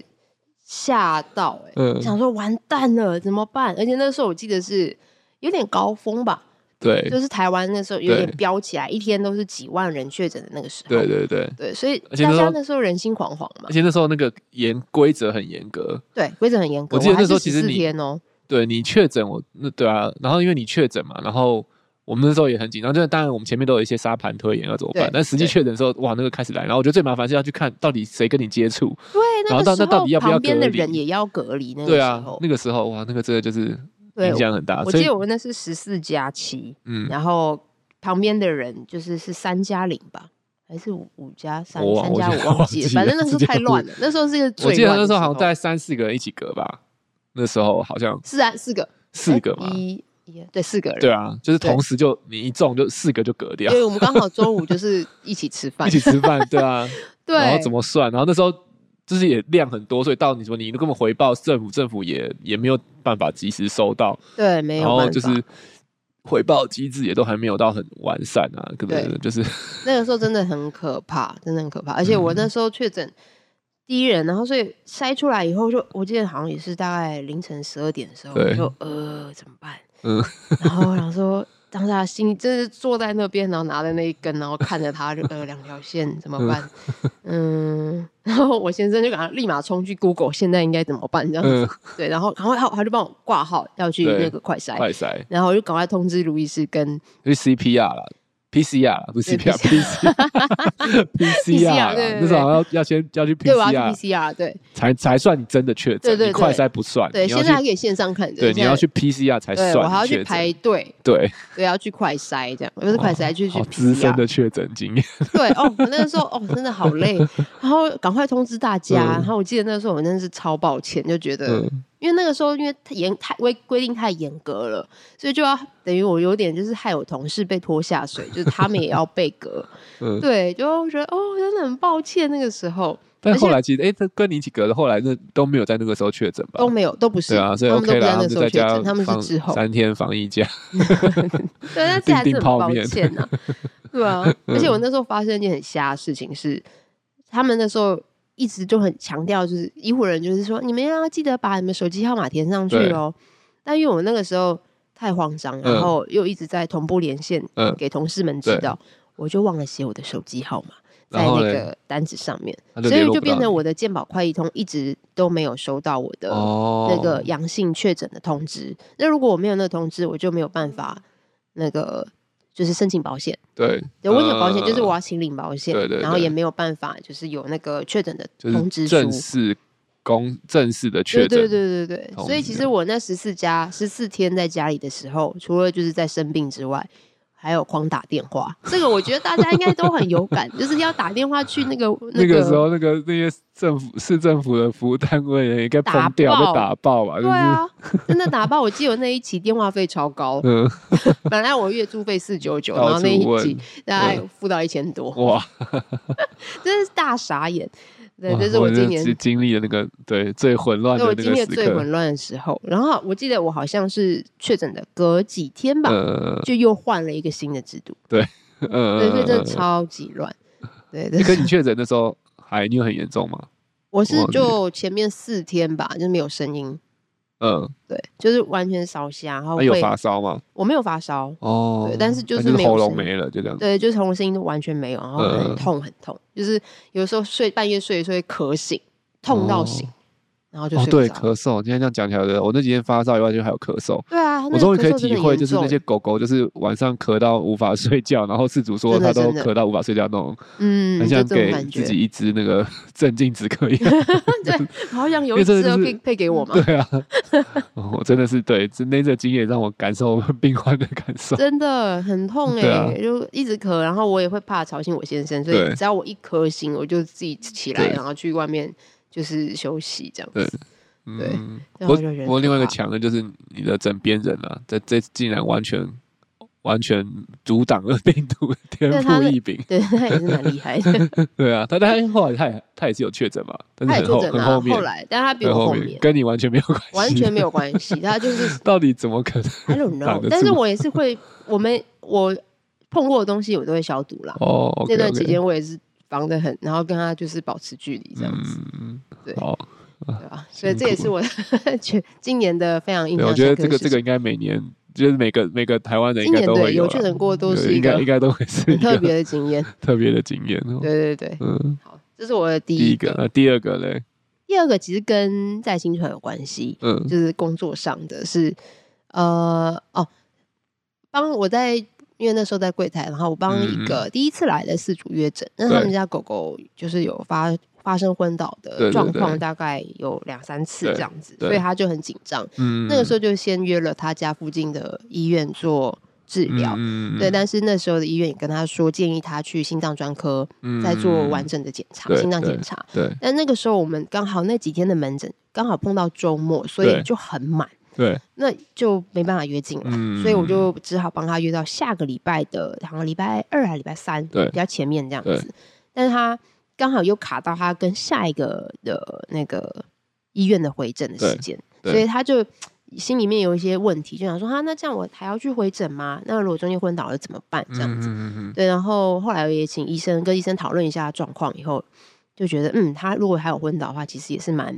Speaker 2: 吓到、欸，
Speaker 1: 嗯
Speaker 2: 想说完蛋了，怎么办？而且那时候我记得是有点高峰吧，
Speaker 1: 对
Speaker 2: 就是台湾那时候有点
Speaker 1: 对
Speaker 2: 飙起来，一天都是几万人确诊的那个时候。
Speaker 1: 对对对，
Speaker 2: 对所以
Speaker 1: 而且
Speaker 2: 大
Speaker 1: 那时
Speaker 2: 家
Speaker 1: 候
Speaker 2: 那时候人心惶惶嘛
Speaker 1: 而。且那时候那个严规则很严格，
Speaker 2: 对，规则很严格。
Speaker 1: 我记得那时候其实
Speaker 2: 十四
Speaker 1: 你
Speaker 2: 天哦、
Speaker 1: 对你确诊我那对啊，然后因为你确诊嘛，然后我们那时候也很紧张，就是当然我们前面都有一些沙盘推演要怎么办
Speaker 2: 对，
Speaker 1: 但实际
Speaker 2: 对
Speaker 1: 确诊的时候，哇，那个开始来，然后我觉得最麻烦是要去看到底谁跟你接触，
Speaker 2: 对，
Speaker 1: 然
Speaker 2: 那
Speaker 1: 后
Speaker 2: 个
Speaker 1: 到
Speaker 2: 时
Speaker 1: 那到底
Speaker 2: 候
Speaker 1: 要不要
Speaker 2: 旁边
Speaker 1: 隔
Speaker 2: 的
Speaker 1: 离
Speaker 2: 人也要隔离，那个
Speaker 1: 对
Speaker 2: 时
Speaker 1: 啊
Speaker 2: 候，。
Speaker 1: 那个时候哇，那个真的就是
Speaker 2: 对
Speaker 1: 影响很大，
Speaker 2: 我
Speaker 1: 啊所
Speaker 2: 记
Speaker 1: 以
Speaker 2: 得我那是十四加七，
Speaker 1: 嗯，
Speaker 2: 然后旁边的人就是是三加零吧，还是五五加三
Speaker 1: 我忘
Speaker 2: 三加
Speaker 1: 我
Speaker 2: 五，
Speaker 1: 记
Speaker 2: 忘记
Speaker 1: 忘记
Speaker 2: 了，
Speaker 1: 了
Speaker 2: 反正那时候
Speaker 1: 直接
Speaker 2: 太乱了，那时候是一个
Speaker 1: 我
Speaker 2: 最
Speaker 1: 记得
Speaker 2: 乱
Speaker 1: 那
Speaker 2: 的
Speaker 1: 时
Speaker 2: 时
Speaker 1: 候好像大概三四个人一起隔吧，那时候好像
Speaker 2: 是啊，四个
Speaker 1: 四
Speaker 2: 哎
Speaker 1: 个嘛，
Speaker 2: 一一对四个人，
Speaker 1: 对啊，就是
Speaker 2: 对
Speaker 1: 同时就你一中就四个就隔掉
Speaker 2: 因，为我们刚好中午就是一起吃 饭
Speaker 1: 一，起吃饭，对 啊，
Speaker 2: 对，
Speaker 1: 然后怎么算？然后那时候就是也量很多，所以到你说你根本回报政府，政府也也没有办法及时收到，
Speaker 2: 对没
Speaker 1: 然
Speaker 2: 有
Speaker 1: 后
Speaker 2: 办
Speaker 1: 就
Speaker 2: 法，
Speaker 1: 是回报机制也都还没有到很完善啊，可
Speaker 2: 对
Speaker 1: 能 就是
Speaker 2: 那个时候真的很可怕，真的很可怕，而且我
Speaker 1: 嗯
Speaker 2: 那时候确诊。第一人，然后所以筛出来以后就，我记得好像也是大概凌晨十二点的时候，我
Speaker 1: 对
Speaker 2: 就呃怎么办？
Speaker 1: 嗯
Speaker 2: 然后我想说当时他心里真是坐在那边，然后拿着那一根，然后看着他，就呃两条线怎么办？ 嗯，然后我先生就赶快立马冲去 Google，现在应该怎么办？这样子、
Speaker 1: 嗯，
Speaker 2: 对，然后然后他他就帮我挂号要去
Speaker 1: 对
Speaker 2: 那个快筛，
Speaker 1: 快塞，
Speaker 2: 然后我就赶快通知卢医师跟
Speaker 1: 就是 CPR 啦 PCR 啦，不是
Speaker 2: 对
Speaker 1: ，PCR，PCR 啦
Speaker 2: 对对对
Speaker 1: 那时候好像要要先要去
Speaker 2: 对我要
Speaker 1: PCR
Speaker 2: 去 PCR，对
Speaker 1: 才才算你真的确
Speaker 2: 对
Speaker 1: 诊，
Speaker 2: 对
Speaker 1: 你快
Speaker 2: 对
Speaker 1: 筛不算，
Speaker 2: 对，
Speaker 1: 你要
Speaker 2: 现在还
Speaker 1: 去
Speaker 2: 可以线上看诊，
Speaker 1: 对你
Speaker 2: 现在
Speaker 1: 要去 PCR 才
Speaker 2: 对
Speaker 1: 算，
Speaker 2: 我还要去
Speaker 1: 确诊，
Speaker 2: 排队，
Speaker 1: 对，
Speaker 2: 对，要去快筛这样，不是快筛，就是去
Speaker 1: 好资深
Speaker 2: PCR
Speaker 1: 的确诊经验，
Speaker 2: 对哦，我那个时候哦，真的好 累，然后赶快通知大家。
Speaker 1: 嗯
Speaker 2: 然后我记得那时候我真的是超抱歉，就觉得，
Speaker 1: 嗯，
Speaker 2: 因为那个时候因为太严太规规定太严格了，所以就要等于我有点就是害我同事被拖下水，就是他们也要被隔。
Speaker 1: 嗯
Speaker 2: 对，就觉得哦，真的很抱歉那个时候
Speaker 1: 但
Speaker 2: 而且
Speaker 1: 后来其实，哎，这跟你一起隔的，后来那都没有在那个时候确诊吧
Speaker 2: 都？没有，都不是，
Speaker 1: 对啊，所以
Speaker 2: 他们都
Speaker 1: OK
Speaker 2: 不在
Speaker 1: 啦，他
Speaker 2: 那
Speaker 1: 们
Speaker 2: 个时
Speaker 1: 就
Speaker 2: 候
Speaker 1: 在
Speaker 2: 确
Speaker 1: 家
Speaker 2: 诊，他们
Speaker 1: 放
Speaker 2: 是之后。
Speaker 1: 三天防疫假，
Speaker 2: 对，但是还是
Speaker 1: 订
Speaker 2: 很
Speaker 1: 泡
Speaker 2: 抱
Speaker 1: 面
Speaker 2: 歉 呐、对啊，而且我那时候发生一件很瞎的事情是，他们那时候一直就很强调，就是医护人就是说，你们要记得把你们手机号码填上去
Speaker 1: 对
Speaker 2: 哦。但因为我那个时候太慌张，然
Speaker 1: 嗯
Speaker 2: 后又一直在同步连线、
Speaker 1: 嗯
Speaker 2: 给同事们知
Speaker 1: 对
Speaker 2: 道，我就忘了写我的手机号码在
Speaker 1: 然后
Speaker 2: 那
Speaker 1: 嘞
Speaker 2: 个单子上面，
Speaker 1: 他
Speaker 2: 所
Speaker 1: 联
Speaker 2: 以
Speaker 1: 络
Speaker 2: 就
Speaker 1: 不
Speaker 2: 变
Speaker 1: 到
Speaker 2: 成
Speaker 1: 你
Speaker 2: 我的健保快易通一直都没有收到我的
Speaker 1: 哦
Speaker 2: 那个阳性确诊的通知。那如果我没有那个通知，我就没有办法那个就是申请保险。
Speaker 1: 对，
Speaker 2: 对，我有保险，就是
Speaker 1: 嗯
Speaker 2: 我要请领保险，
Speaker 1: 对对
Speaker 2: 然后
Speaker 1: 对
Speaker 2: 也没有办法，就是有那个确诊的通
Speaker 1: 就
Speaker 2: 知
Speaker 1: 是
Speaker 2: 书。
Speaker 1: 正式公正式的确
Speaker 2: 对
Speaker 1: 诊，
Speaker 2: 对对对对，
Speaker 1: 通
Speaker 2: 所以其
Speaker 1: 知
Speaker 2: 实我那十四加十四天在家里的时候，除了就是在生病之外，还有狂打电话。这个我觉得大家应该都很有感，就是要打电话去那个
Speaker 1: 那
Speaker 2: 个
Speaker 1: 个时候，那个那些政府市政府的服务单位也应该
Speaker 2: 打
Speaker 1: 疯掉，
Speaker 2: 爆
Speaker 1: 被打爆吧？就
Speaker 2: 对
Speaker 1: 是，
Speaker 2: 啊，真的打爆！我记得我那一期电话费超 高，
Speaker 1: 嗯，
Speaker 2: 本来我月租费四九九，
Speaker 1: 到
Speaker 2: 然后那一
Speaker 1: 处问
Speaker 2: 期大概付到一千多，
Speaker 1: 嗯哇，
Speaker 2: 真是大傻眼。对，
Speaker 1: 哇
Speaker 2: 这是我今年
Speaker 1: 只经历了那个对最混乱
Speaker 2: 对
Speaker 1: 的
Speaker 2: 我
Speaker 1: 那
Speaker 2: 经
Speaker 1: 个
Speaker 2: 历
Speaker 1: 时
Speaker 2: 最
Speaker 1: 刻，
Speaker 2: 混乱的时候。然后我记得我好像是确诊的隔几天吧，
Speaker 1: 呃，
Speaker 2: 就又换了一个新的制度，
Speaker 1: 呃，
Speaker 2: 对，所以真的
Speaker 1: 嗯
Speaker 2: 超级乱。对，
Speaker 1: 嗯
Speaker 2: 对，
Speaker 1: 可你确诊的时候还你有很严重吗？
Speaker 2: 我是
Speaker 1: 忘记
Speaker 2: 就前面四天吧，就是没有声音，
Speaker 1: 嗯，
Speaker 2: 对，就是完全烧瞎，然后
Speaker 1: 那有
Speaker 2: 哦会
Speaker 1: 发烧吗？
Speaker 2: 我没有发烧，
Speaker 1: 哦，
Speaker 2: 对但是就
Speaker 1: 那
Speaker 2: 是
Speaker 1: 就是
Speaker 2: 没有
Speaker 1: 喉咙
Speaker 2: 声音
Speaker 1: 没了，就这样。
Speaker 2: 对，就是喉咙声音都完全没有，然后很
Speaker 1: 嗯
Speaker 2: 痛很痛，就是有时候睡半夜睡一睡会咳醒，痛到醒，然后就
Speaker 1: 哦，
Speaker 2: 睡
Speaker 1: 对，
Speaker 2: 不着。
Speaker 1: 咳嗽，今天这样讲起来的，我那几天发烧以外就还有咳嗽。
Speaker 2: 对啊，那
Speaker 1: 我
Speaker 2: 个
Speaker 1: 终于
Speaker 2: 咳
Speaker 1: 可以
Speaker 2: 嗽真
Speaker 1: 体
Speaker 2: 的
Speaker 1: 会，
Speaker 2: 严
Speaker 1: 就是那
Speaker 2: 重
Speaker 1: 些狗狗，就是晚上咳到无法睡觉，然后饲主说
Speaker 2: 真的
Speaker 1: 它都
Speaker 2: 真的
Speaker 1: 咳到无法睡觉那种，
Speaker 2: 嗯，
Speaker 1: 很
Speaker 2: 就
Speaker 1: 像
Speaker 2: 这种
Speaker 1: 给
Speaker 2: 感
Speaker 1: 自
Speaker 2: 觉。
Speaker 1: 己一 支那个镇静止咳药。
Speaker 2: 好想
Speaker 1: 因
Speaker 2: 有
Speaker 1: 为
Speaker 2: 一
Speaker 1: 真
Speaker 2: 只
Speaker 1: 的就
Speaker 2: 可以
Speaker 1: 是
Speaker 2: 配 给我吗？
Speaker 1: 对啊，哦我真的是对，真那这经验让我感受 病患的感受。
Speaker 2: 真的很痛 哎、
Speaker 1: 对啊
Speaker 2: 就一直咳，然后我也会怕吵醒我先生，所以
Speaker 1: 对
Speaker 2: 只要我一咳醒，我就自己起来，
Speaker 1: 对
Speaker 2: 然后去外面就是休息这样
Speaker 1: 对
Speaker 2: 子。对
Speaker 1: 嗯，
Speaker 2: 然
Speaker 1: 我
Speaker 2: 后就觉得
Speaker 1: 不
Speaker 2: 很
Speaker 1: 过另外一个
Speaker 2: 可怕
Speaker 1: 强的就是你的枕边人啊，这这竟然完全完全阻挡了病毒，天
Speaker 2: 对他
Speaker 1: 赋
Speaker 2: 的
Speaker 1: 异禀。
Speaker 2: 对，他也是蛮厉 害的，
Speaker 1: 对啊，他但他后来他也他也是有确诊嘛，但是
Speaker 2: 他
Speaker 1: 很
Speaker 2: 也确
Speaker 1: 后
Speaker 2: 诊
Speaker 1: 很
Speaker 2: 啊，
Speaker 1: 后面
Speaker 2: 后，来，但他比
Speaker 1: 很
Speaker 2: 我
Speaker 1: 后
Speaker 2: 后
Speaker 1: 面
Speaker 2: 面，
Speaker 1: 跟你完全没有关系，
Speaker 2: 完全没有关系，他就是
Speaker 1: 到底怎么可能？
Speaker 2: I don't
Speaker 1: 挡
Speaker 2: know，
Speaker 1: 得
Speaker 2: 但是
Speaker 1: 住
Speaker 2: 我也是会，我们我碰过的东西我都会消毒啦。
Speaker 1: 哦，OK，OK，
Speaker 2: 这段期间我也是防得很，然后跟他就是保持距离这样子，
Speaker 1: 嗯，
Speaker 2: 对
Speaker 1: 好，
Speaker 2: 对吧？所以
Speaker 1: 嗯辛
Speaker 2: 这也
Speaker 1: 苦
Speaker 2: 是我 全今年的非常印
Speaker 1: 对，
Speaker 2: 象
Speaker 1: 我
Speaker 2: 深
Speaker 1: 觉得
Speaker 2: 刻的
Speaker 1: 这个这
Speaker 2: 事情
Speaker 1: 个应该每年就是每个每个台湾人
Speaker 2: 今
Speaker 1: 应该
Speaker 2: 年
Speaker 1: 都
Speaker 2: 的
Speaker 1: 会
Speaker 2: 有
Speaker 1: 啦
Speaker 2: 确诊过都
Speaker 1: 对
Speaker 2: 是一
Speaker 1: 应
Speaker 2: 个
Speaker 1: 该应该都会是一
Speaker 2: 很特
Speaker 1: 个
Speaker 2: 别的经验。
Speaker 1: 特别的经验哦。
Speaker 2: 对对对，
Speaker 1: 嗯，
Speaker 2: 好，这是我的第
Speaker 1: 第
Speaker 2: 一
Speaker 1: 一个，那呃第二个嘞，
Speaker 2: 第二个其实跟在新传有关系，
Speaker 1: 嗯
Speaker 2: 就是工作上的是，呃，哦，帮我在因为那时候在柜台，然后我帮一个第一次来的饲主约诊，那他
Speaker 1: 嗯
Speaker 2: 们
Speaker 1: 对
Speaker 2: 家狗狗就是有发发生昏倒
Speaker 1: 对
Speaker 2: 的
Speaker 1: 对
Speaker 2: 状况，
Speaker 1: 对
Speaker 2: 大概有两三次
Speaker 1: 对
Speaker 2: 这样子，
Speaker 1: 对
Speaker 2: 所以他就很紧张。
Speaker 1: 嗯，
Speaker 2: 那个时候就先约了他家附近的医院做治疗。
Speaker 1: 嗯
Speaker 2: 对，但是那时候的医院也跟他说，建议他去心脏专科，再做完，整的检
Speaker 1: 嗯
Speaker 2: 查，
Speaker 1: 对
Speaker 2: 心脏检查。
Speaker 1: 嗯
Speaker 2: 但那个时候我们刚好那几天的门诊刚好碰到周末，所以
Speaker 1: 对
Speaker 2: 就很满，
Speaker 1: 对对，
Speaker 2: 那就没办法约进来，
Speaker 1: 嗯
Speaker 2: 所以我就只好帮他约到下个礼拜的，好像礼拜二还是礼拜三，
Speaker 1: 对
Speaker 2: 比较前面这样
Speaker 1: 对
Speaker 2: 子。但是他刚好又卡到他跟下一个的那个医院的回诊的时间，
Speaker 1: 对
Speaker 2: 所以他就。心里面有一些问题，就想说啊，那这样我还要去回诊吗？那如果中间昏倒了怎么办？这样子，
Speaker 1: 嗯嗯嗯
Speaker 2: 对，然后后来也请医生跟医生讨论一下状况，以后就觉得，嗯，他如果还有昏倒的话，其实也是蛮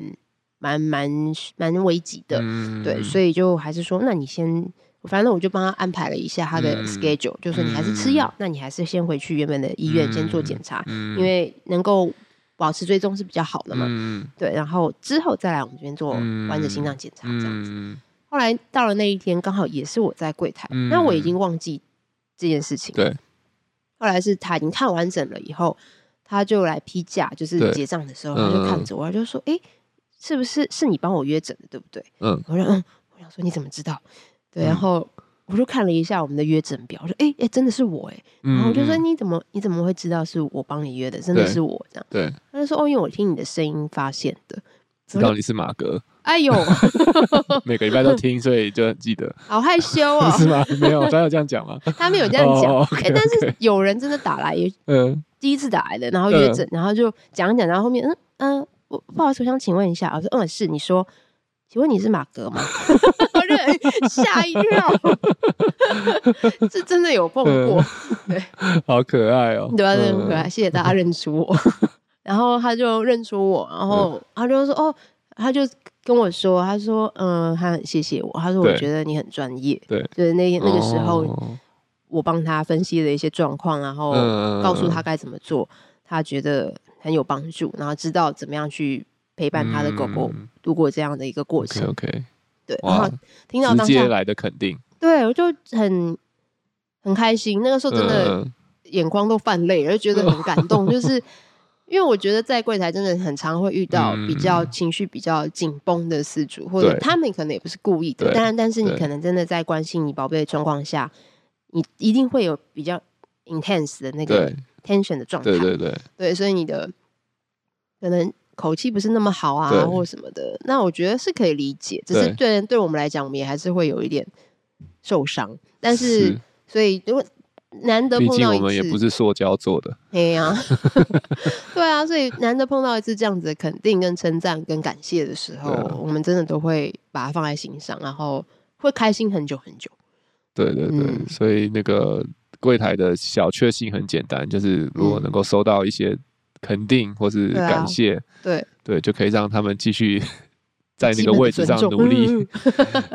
Speaker 2: 蛮蛮蛮危急的，
Speaker 1: 嗯，
Speaker 2: 对，所以就还是说，那你先反正我就帮他安排了一下他的
Speaker 1: 嗯
Speaker 2: schedule，、就说你还是吃药，那你还是先回去原本的医院先做检查，
Speaker 1: 嗯
Speaker 2: 因为能够保持追踪是比较好的嘛。
Speaker 1: 嗯
Speaker 2: 对，然后之后再来我们这边做
Speaker 1: 嗯
Speaker 2: 完整心脏检查这样子。
Speaker 1: 嗯，
Speaker 2: 后来到了那一天，刚好也是我在柜台，
Speaker 1: 嗯
Speaker 2: 那我已经忘记这件事情。
Speaker 1: 对，
Speaker 2: 后来是他已经看完整了以后，他就来批假，就是
Speaker 1: 对嗯
Speaker 2: 结账的时候，他就看着我，他就说：“诶，是不是是你帮我约诊的，对不对？”
Speaker 1: 嗯，
Speaker 2: 我说：“嗯。”我想说你怎么知道？对，
Speaker 1: 嗯
Speaker 2: 然后我就看了一下我们的约诊表，我说：“诶，诶，真的是我诶。然后我就说：“你怎么你怎么会知道是我帮你约的？真的
Speaker 1: 嗯对
Speaker 2: 是我这样？”
Speaker 1: 对，
Speaker 2: 他就说：“哦，因为我听你的声音发现的。”
Speaker 1: 知道你是马 哥，
Speaker 2: 哎呦，
Speaker 1: 每个礼拜都听，所以就记得
Speaker 2: 好害羞
Speaker 1: ！
Speaker 2: 哦
Speaker 1: 是吗？没有，他有这样讲吗？
Speaker 2: 他们有这样讲，
Speaker 1: 哦，OK，
Speaker 2: 哎，但
Speaker 1: OK
Speaker 2: 是有人真的打来，也
Speaker 1: 嗯
Speaker 2: 第一次打来的，然后约诊，然后就讲一讲，然后后面嗯嗯、呃我不好意思，我想请问一下，我说嗯是，你说，请问你是马哥吗？ 我就哎吓一跳， 这真的有碰过，
Speaker 1: 好可爱哦，
Speaker 2: 对啊，真的
Speaker 1: 嗯
Speaker 2: 很可爱，谢谢大家认出 我。然后他就认出我，然后他就说哦，他就跟我说，他说嗯、呃他很谢谢我，他说我
Speaker 1: 对
Speaker 2: 觉得你很专业，
Speaker 1: 对
Speaker 2: 就是那那个时候
Speaker 1: 哦
Speaker 2: 我帮他分析了一些状况，然后
Speaker 1: 嗯
Speaker 2: 告诉他该怎么做，他觉得很有帮助，然后知道怎么样去陪伴他的狗狗
Speaker 1: 嗯
Speaker 2: 度过这样的一个过
Speaker 1: ，OK
Speaker 2: 程。
Speaker 1: OK，
Speaker 2: 对，然
Speaker 1: 哇
Speaker 2: 后，听到当
Speaker 1: 直接
Speaker 2: 下，
Speaker 1: 来的肯定，
Speaker 2: 对我就很很开心，那个时候真的
Speaker 1: 嗯
Speaker 2: 眼眶都泛泪，就觉得很感 动，就是。因为我觉得在柜台真的很常会遇到比较情绪比较紧绷的饲主，或者
Speaker 1: 嗯对
Speaker 2: 他们可能也不是故意的，
Speaker 1: 对
Speaker 2: 当然，但是你
Speaker 1: 对
Speaker 2: 可能真的在关心你宝贝的状况下，你一定会有比较 intense 的那个
Speaker 1: 对
Speaker 2: tension 的状态，
Speaker 1: 对对对，
Speaker 2: 对，所以你的可能口气不是那么好
Speaker 1: 对
Speaker 2: 啊，或什么的，那我觉得是可以理解。只是对对我们来讲，我们也还是会有一点受伤。但是，所以如果难得
Speaker 1: 毕
Speaker 2: 碰
Speaker 1: 竟
Speaker 2: 到
Speaker 1: 我
Speaker 2: 一
Speaker 1: 们也不
Speaker 2: 次，
Speaker 1: 是塑胶做的，
Speaker 2: 哎呀， 对啊，所以难得碰到一次这样子的肯定、跟称赞、跟感谢的时候，
Speaker 1: 对啊
Speaker 2: 我们真的都会把它放在心上，然后会开心很久很久。
Speaker 1: 对对对，
Speaker 2: 嗯
Speaker 1: 所以那个柜台的小确幸很简单，就是如果
Speaker 2: 嗯
Speaker 1: 能够收到一些肯定或是
Speaker 2: 对啊
Speaker 1: 感谢，
Speaker 2: 对，
Speaker 1: 对就可以让他们继 续在那
Speaker 2: 基
Speaker 1: 个
Speaker 2: 本的
Speaker 1: 位置上
Speaker 2: 尊重
Speaker 1: 努力。
Speaker 2: 嗯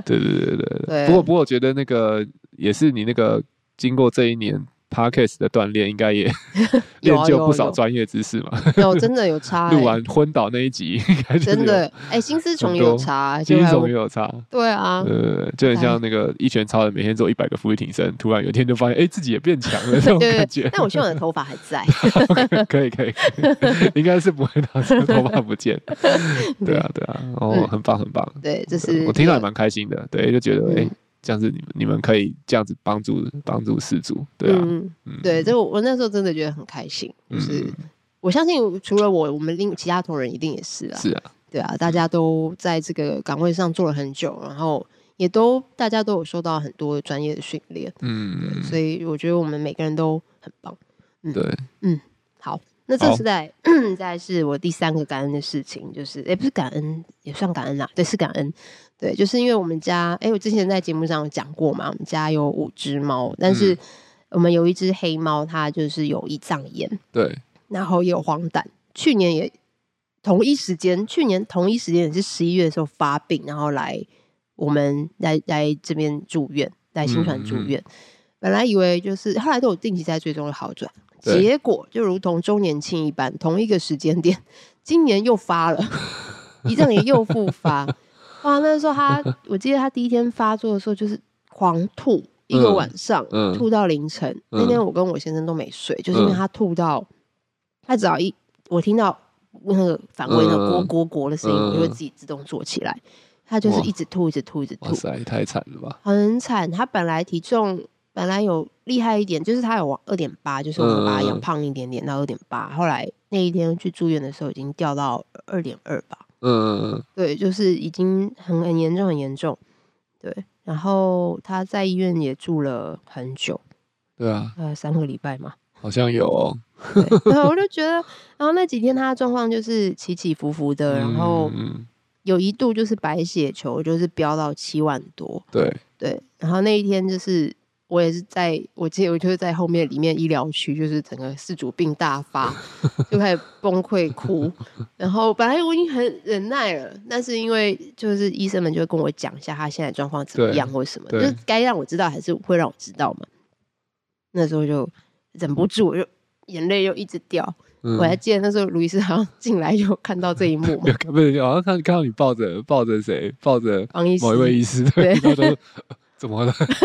Speaker 1: 对对对对
Speaker 2: 对
Speaker 1: 不过不过，我觉得那个也是你那个经过这一年 podcast 的锻炼，应该 也
Speaker 2: 有啊
Speaker 1: 练就
Speaker 2: 有啊
Speaker 1: 不少
Speaker 2: 有
Speaker 1: 专业知识嘛。
Speaker 2: 有真的有差、
Speaker 1: 录
Speaker 2: 欸，
Speaker 1: 完昏倒那一集，应该就是
Speaker 2: 真
Speaker 1: 有
Speaker 2: 的哎、心思虫
Speaker 1: 很
Speaker 2: 也有
Speaker 1: 多
Speaker 2: 差、欸，就
Speaker 1: 精
Speaker 2: 还
Speaker 1: 神
Speaker 2: 有
Speaker 1: 也有差。
Speaker 2: 对啊，
Speaker 1: 呃，就很
Speaker 2: 哎
Speaker 1: 像那个一拳超人每天做一百个俯卧撑，突然有一天就发现，哎、自己也变强了 那种
Speaker 2: 对对
Speaker 1: 感
Speaker 2: 对
Speaker 1: 觉。
Speaker 2: 但我希望我的头发还 在。
Speaker 1: 可以可以，应该是不会到这头发不见。 对啊对啊，哦，
Speaker 2: 嗯
Speaker 1: 很棒很棒，
Speaker 2: 对，这
Speaker 1: 对
Speaker 2: 是
Speaker 1: 我听到也
Speaker 2: 一个
Speaker 1: 蛮开心的，对，就觉得
Speaker 2: 嗯
Speaker 1: 哎，这样子你们你们可以这样子帮助帮助失主，对啊，
Speaker 2: 嗯，
Speaker 1: 嗯
Speaker 2: 对，这我我那时候真的觉得很开心，就是、
Speaker 1: 嗯
Speaker 2: 我相信除了我，我们另其他同仁一定也是啊，
Speaker 1: 是啊，
Speaker 2: 对啊，大家都在这个岗位上做了很久，然后也都大家都有受到很多专业的训练，
Speaker 1: 嗯，
Speaker 2: 所以我觉得我们每个人都很棒。
Speaker 1: 对，
Speaker 2: 好，那这
Speaker 1: 好
Speaker 2: 是在在是我第三个感恩的事情，就是也、不是感恩，也算感恩啦，对，是感恩。对，就是因为我们家，哎、我之前在节目上有讲过嘛，我们家有五只猫，但是
Speaker 1: 嗯
Speaker 2: 我们有一只黑猫，它就是有胰脏炎，
Speaker 1: 对，
Speaker 2: 然后也有黄疸，去年也同一时间，去年同一时间也是十一月的时候发病，然后来我们来来这边住院，来新传
Speaker 1: 嗯
Speaker 2: 住院。本来以为就是后来都有定期在追踪的好转，
Speaker 1: 对
Speaker 2: 结果就如同周年庆一般，同一个时间点，今年又发了，胰脏炎又复发。哇，那时候他，我记得他第一天发作的时候就是狂吐，一个
Speaker 1: 嗯
Speaker 2: 晚上、
Speaker 1: 嗯
Speaker 2: 吐到凌晨。那
Speaker 1: 嗯
Speaker 2: 天我跟我先生都没睡，就是因为
Speaker 1: 嗯
Speaker 2: 他吐到，他只要一我听到那个反胃的
Speaker 1: 嗯
Speaker 2: 锅锅锅的声音，
Speaker 1: 嗯
Speaker 2: 我就会自己自动坐起来。他就是
Speaker 1: 哇
Speaker 2: 一直吐，一直吐，一直
Speaker 1: 哇
Speaker 2: 吐，
Speaker 1: 塞，太惨了吧，
Speaker 2: 很惨。他本来体重本来有厉害一点，就是他有往二点八，就是我们把他养
Speaker 1: 嗯
Speaker 2: 胖一点点到二点八。后来那一天去住院的时候，已经掉到二点二吧。
Speaker 1: 嗯，
Speaker 2: 对，就是已经很很严重，很严重。对，然后他在医院也住了很久，
Speaker 1: 对啊，
Speaker 2: 呃，三个礼拜嘛。
Speaker 1: 好像有哦，
Speaker 2: 对， 然后我就觉得，然后那几天他的状况就是起起伏伏的，然后
Speaker 1: 嗯，
Speaker 2: 有一度就是白血球就是飙到七万多，
Speaker 1: 对，
Speaker 2: 对，然后那一天就是我也是在，我记得我就是在后面里面医疗区，就是整个四主病大发，就开始崩溃哭。然后本来我已经很忍耐了，但是因为就是医生们就会跟我讲一下他现在状况怎么样或什么，就
Speaker 1: 对
Speaker 2: 是该让我知道还是会让我知道嘛。那时候就忍不住，我就眼泪又一直掉。
Speaker 1: 嗯
Speaker 2: 我还记得那时候卢医师好像进来就看到这一幕 嘛，
Speaker 1: 不是好像看看到你抱着抱着谁，抱着
Speaker 2: 王医师
Speaker 1: 某一位医师，
Speaker 2: 对
Speaker 1: 对，然 后就说呃怎么了？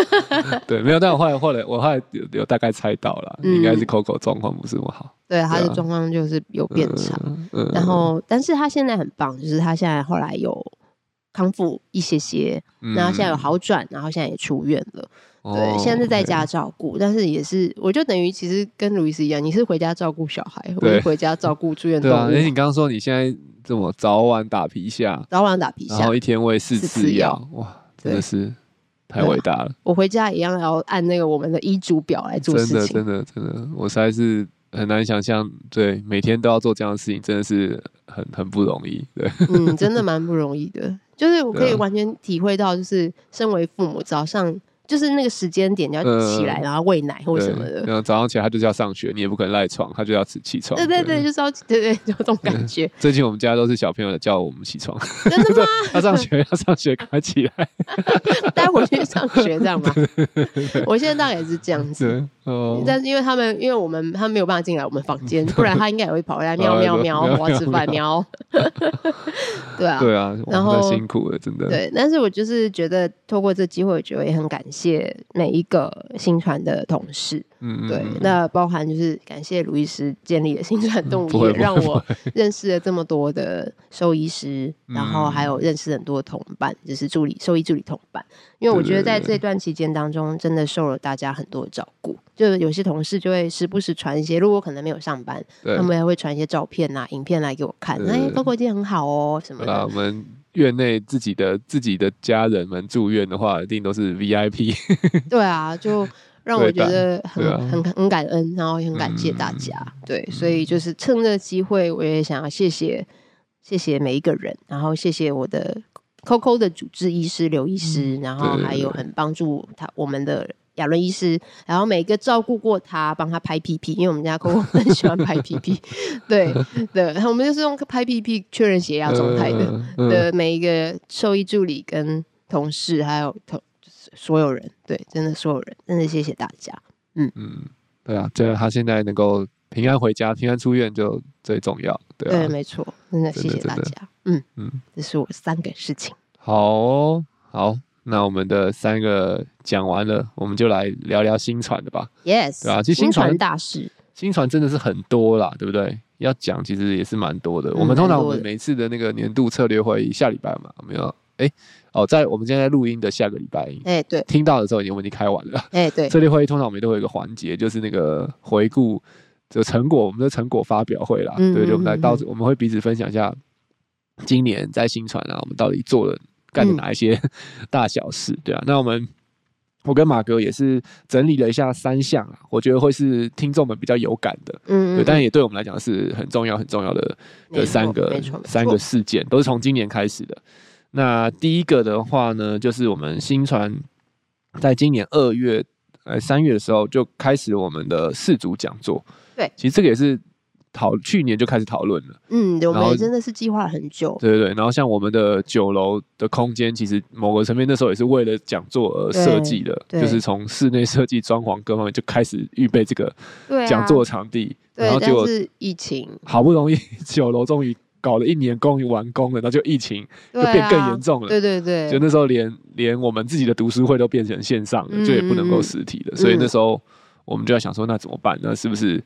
Speaker 1: 对，没有，但我后来后来我后来有有大概猜到了，
Speaker 2: 嗯
Speaker 1: 应该是 Coco 状况不是那么好，
Speaker 2: 对他的
Speaker 1: 对啊
Speaker 2: 状况就是有变差。
Speaker 1: 嗯，嗯
Speaker 2: 然后，但是他现在很棒，就是他现在后来有康复一些些，然后现在有，好转，然后现在也出院了。
Speaker 1: 嗯
Speaker 2: 对，现在是在，
Speaker 1: 哦
Speaker 2: 家照顾，但是也是，我就等于其实跟路易斯一样，你是回家照顾小孩，我
Speaker 1: 对
Speaker 2: 是回家照顾住院
Speaker 1: OK 对
Speaker 2: 动
Speaker 1: 啊，
Speaker 2: 物
Speaker 1: 因，为你刚刚说你现在这么早晚打皮下，
Speaker 2: 早晚打皮
Speaker 1: 然
Speaker 2: 下
Speaker 1: 后。一天喂四
Speaker 2: 四
Speaker 1: 次
Speaker 2: 次
Speaker 1: 药
Speaker 2: 药，
Speaker 1: 哇，真的
Speaker 2: 对
Speaker 1: 是太
Speaker 2: 对啊
Speaker 1: 伟大了，
Speaker 2: 我回家一样要按那个我们的医嘱表来做
Speaker 1: 真
Speaker 2: 事
Speaker 1: 的
Speaker 2: 情
Speaker 1: 真。的真的，我实在是很难想象，对，每天都要做这样的事情，真的是很很不容易，对。
Speaker 2: 嗯，真的蛮不容易的。就是我可以
Speaker 1: 对啊
Speaker 2: 完全体会到，就是身为父母，早上就是那个时间点要起来，
Speaker 1: 嗯
Speaker 2: 然后喂奶或
Speaker 1: 对，
Speaker 2: 什么的。
Speaker 1: 然后早上起来他就是要上学，你也不可能赖床，他就要起起床。
Speaker 2: 对对对，就是要对对，就这种 感觉。
Speaker 1: 最近我们家都是小朋友叫我们起床，
Speaker 2: 真的 吗？
Speaker 1: 要上学要上学，赶快起来。
Speaker 2: 带我去上学这样吗？我现在大概 也是这样子。
Speaker 1: 对，哦，
Speaker 2: 但是因为他们，因为我们他们没有办法进来我们房间，不然他应该也会跑
Speaker 1: 啊
Speaker 2: 回来喵喵喵，我要吃饭喵。对啊，
Speaker 1: 对啊，
Speaker 2: 然
Speaker 1: 然
Speaker 2: 后
Speaker 1: 后辛苦了，真的。
Speaker 2: 对，但是我就是觉得透过这机会，我觉得也很感谢每一个新传的同事。
Speaker 1: 嗯，嗯
Speaker 2: 对，
Speaker 1: 嗯
Speaker 2: 那包含就是感谢卢医师建立 了新传动
Speaker 1: 不
Speaker 2: 物
Speaker 1: 会
Speaker 2: 业，
Speaker 1: 不会
Speaker 2: 让我认识了这么多的兽医师，然后还
Speaker 1: 嗯
Speaker 2: 有认识很多同伴，就是助理兽医助理同伴。因为我觉得在这段期间当中，真的受了大家很多的照顾。就是有些同事就会时不时传一些，如果我可能没有上班，
Speaker 1: 对
Speaker 2: 他们还会传一些照片啊、影片来给我看。
Speaker 1: 对
Speaker 2: 哎，包括今天很好哦什么
Speaker 1: 对啊，
Speaker 2: 的
Speaker 1: 我。们院内自己的自己的家人们住院的话，一定都是 VIP。
Speaker 2: 对啊，就让我
Speaker 1: 对
Speaker 2: 觉
Speaker 1: 吧
Speaker 2: 得很、
Speaker 1: 对啊嗯
Speaker 2: 很很感恩，然后也很感谢大家。对，所以就是趁这个机会，我也想要谢谢谢谢每一个人，然后谢谢我的 Coco 的主治医师刘医师，然后
Speaker 1: 对
Speaker 2: 还有很帮助他我们的。亚伦医师，然后每个照顾过他，帮他拍屁屁，因为我 们家 Coco 很喜欢拍屁屁，对对， 我们就是用拍屁屁确认血压状态的，
Speaker 1: 嗯嗯
Speaker 2: 的每一个兽医助理、跟同事，还有同就是所有人，对，真的所有人，真的谢谢大家。
Speaker 1: 嗯，对啊，对啊，他现在能够平安回家、平安出院就最重要。对
Speaker 2: 对，
Speaker 1: 啊，
Speaker 2: 没错，真的
Speaker 1: 真
Speaker 2: 谢
Speaker 1: 的
Speaker 2: 谢大
Speaker 1: 真的
Speaker 2: 家。嗯嗯
Speaker 1: 嗯，
Speaker 2: 这是我三个事情。
Speaker 1: 好哦、好，那我们的三个讲完了，我们就来聊聊新传的吧。
Speaker 2: Yes，
Speaker 1: 对啊其实新传
Speaker 2: 传大事，
Speaker 1: 新传真的是很多啦，对不对？要讲其实也是蛮多的。
Speaker 2: 嗯
Speaker 1: 我们通常
Speaker 2: 蛮多
Speaker 1: 我们
Speaker 2: 的
Speaker 1: 每次的那个年度策略会议，下礼拜嘛，我们要哎哦，在我们现在录音的下个礼拜
Speaker 2: 哎、对，
Speaker 1: 听到的时候，已经我们已经开完了。
Speaker 2: 哎、对，
Speaker 1: 策略会议通常我们都会有一个环节，就是那个回顾就成果，我们的成果发表会啦。
Speaker 2: 嗯
Speaker 1: 对，就我们来
Speaker 2: 嗯
Speaker 1: 到我们会彼此分享一下今年在新传啊，我们到底做了干了
Speaker 2: 嗯
Speaker 1: 哪一些大小事，对啊。那我们我跟马哥也是整理了一下三项啊，我觉得会是听众们比较有感的，
Speaker 2: 嗯，
Speaker 1: 对，
Speaker 2: 嗯
Speaker 1: 但也对我们来讲是很重要、很重要的
Speaker 2: 没
Speaker 1: 的三
Speaker 2: 错
Speaker 1: 个
Speaker 2: 没错没
Speaker 1: 三
Speaker 2: 错
Speaker 1: 个事件，都是从今年开始的。那第一个的话呢，就是我们新传在今年二月、呃三月的时候就开始我们的四组讲座。
Speaker 2: 对
Speaker 1: 其实这个也是讨去年就开始讨论了，
Speaker 2: 嗯，我
Speaker 1: 然
Speaker 2: 们
Speaker 1: 后
Speaker 2: 也真的是计划了很久。
Speaker 1: 对对对。然后像我们的九楼的空间，其实某个层面那时候也是为了讲座而设计的，
Speaker 2: 对对
Speaker 1: 就是从室内设计、装潢各方面就开始预备这个
Speaker 2: 对啊，
Speaker 1: 讲座场地，
Speaker 2: 对
Speaker 1: 然，后
Speaker 2: 但
Speaker 1: 结果
Speaker 2: 是疫情
Speaker 1: 好不容易九楼终于搞了一年，终于完工了，然后就疫情就
Speaker 2: 对
Speaker 1: 变
Speaker 2: 啊
Speaker 1: 更严重了。
Speaker 2: 对对对，
Speaker 1: 就那时候连连我们自己的读书会都变成线上
Speaker 2: 嗯
Speaker 1: 了，就也不能够实体了，所以
Speaker 2: 嗯
Speaker 1: 那时候我们就在想说，那怎么办？那是不是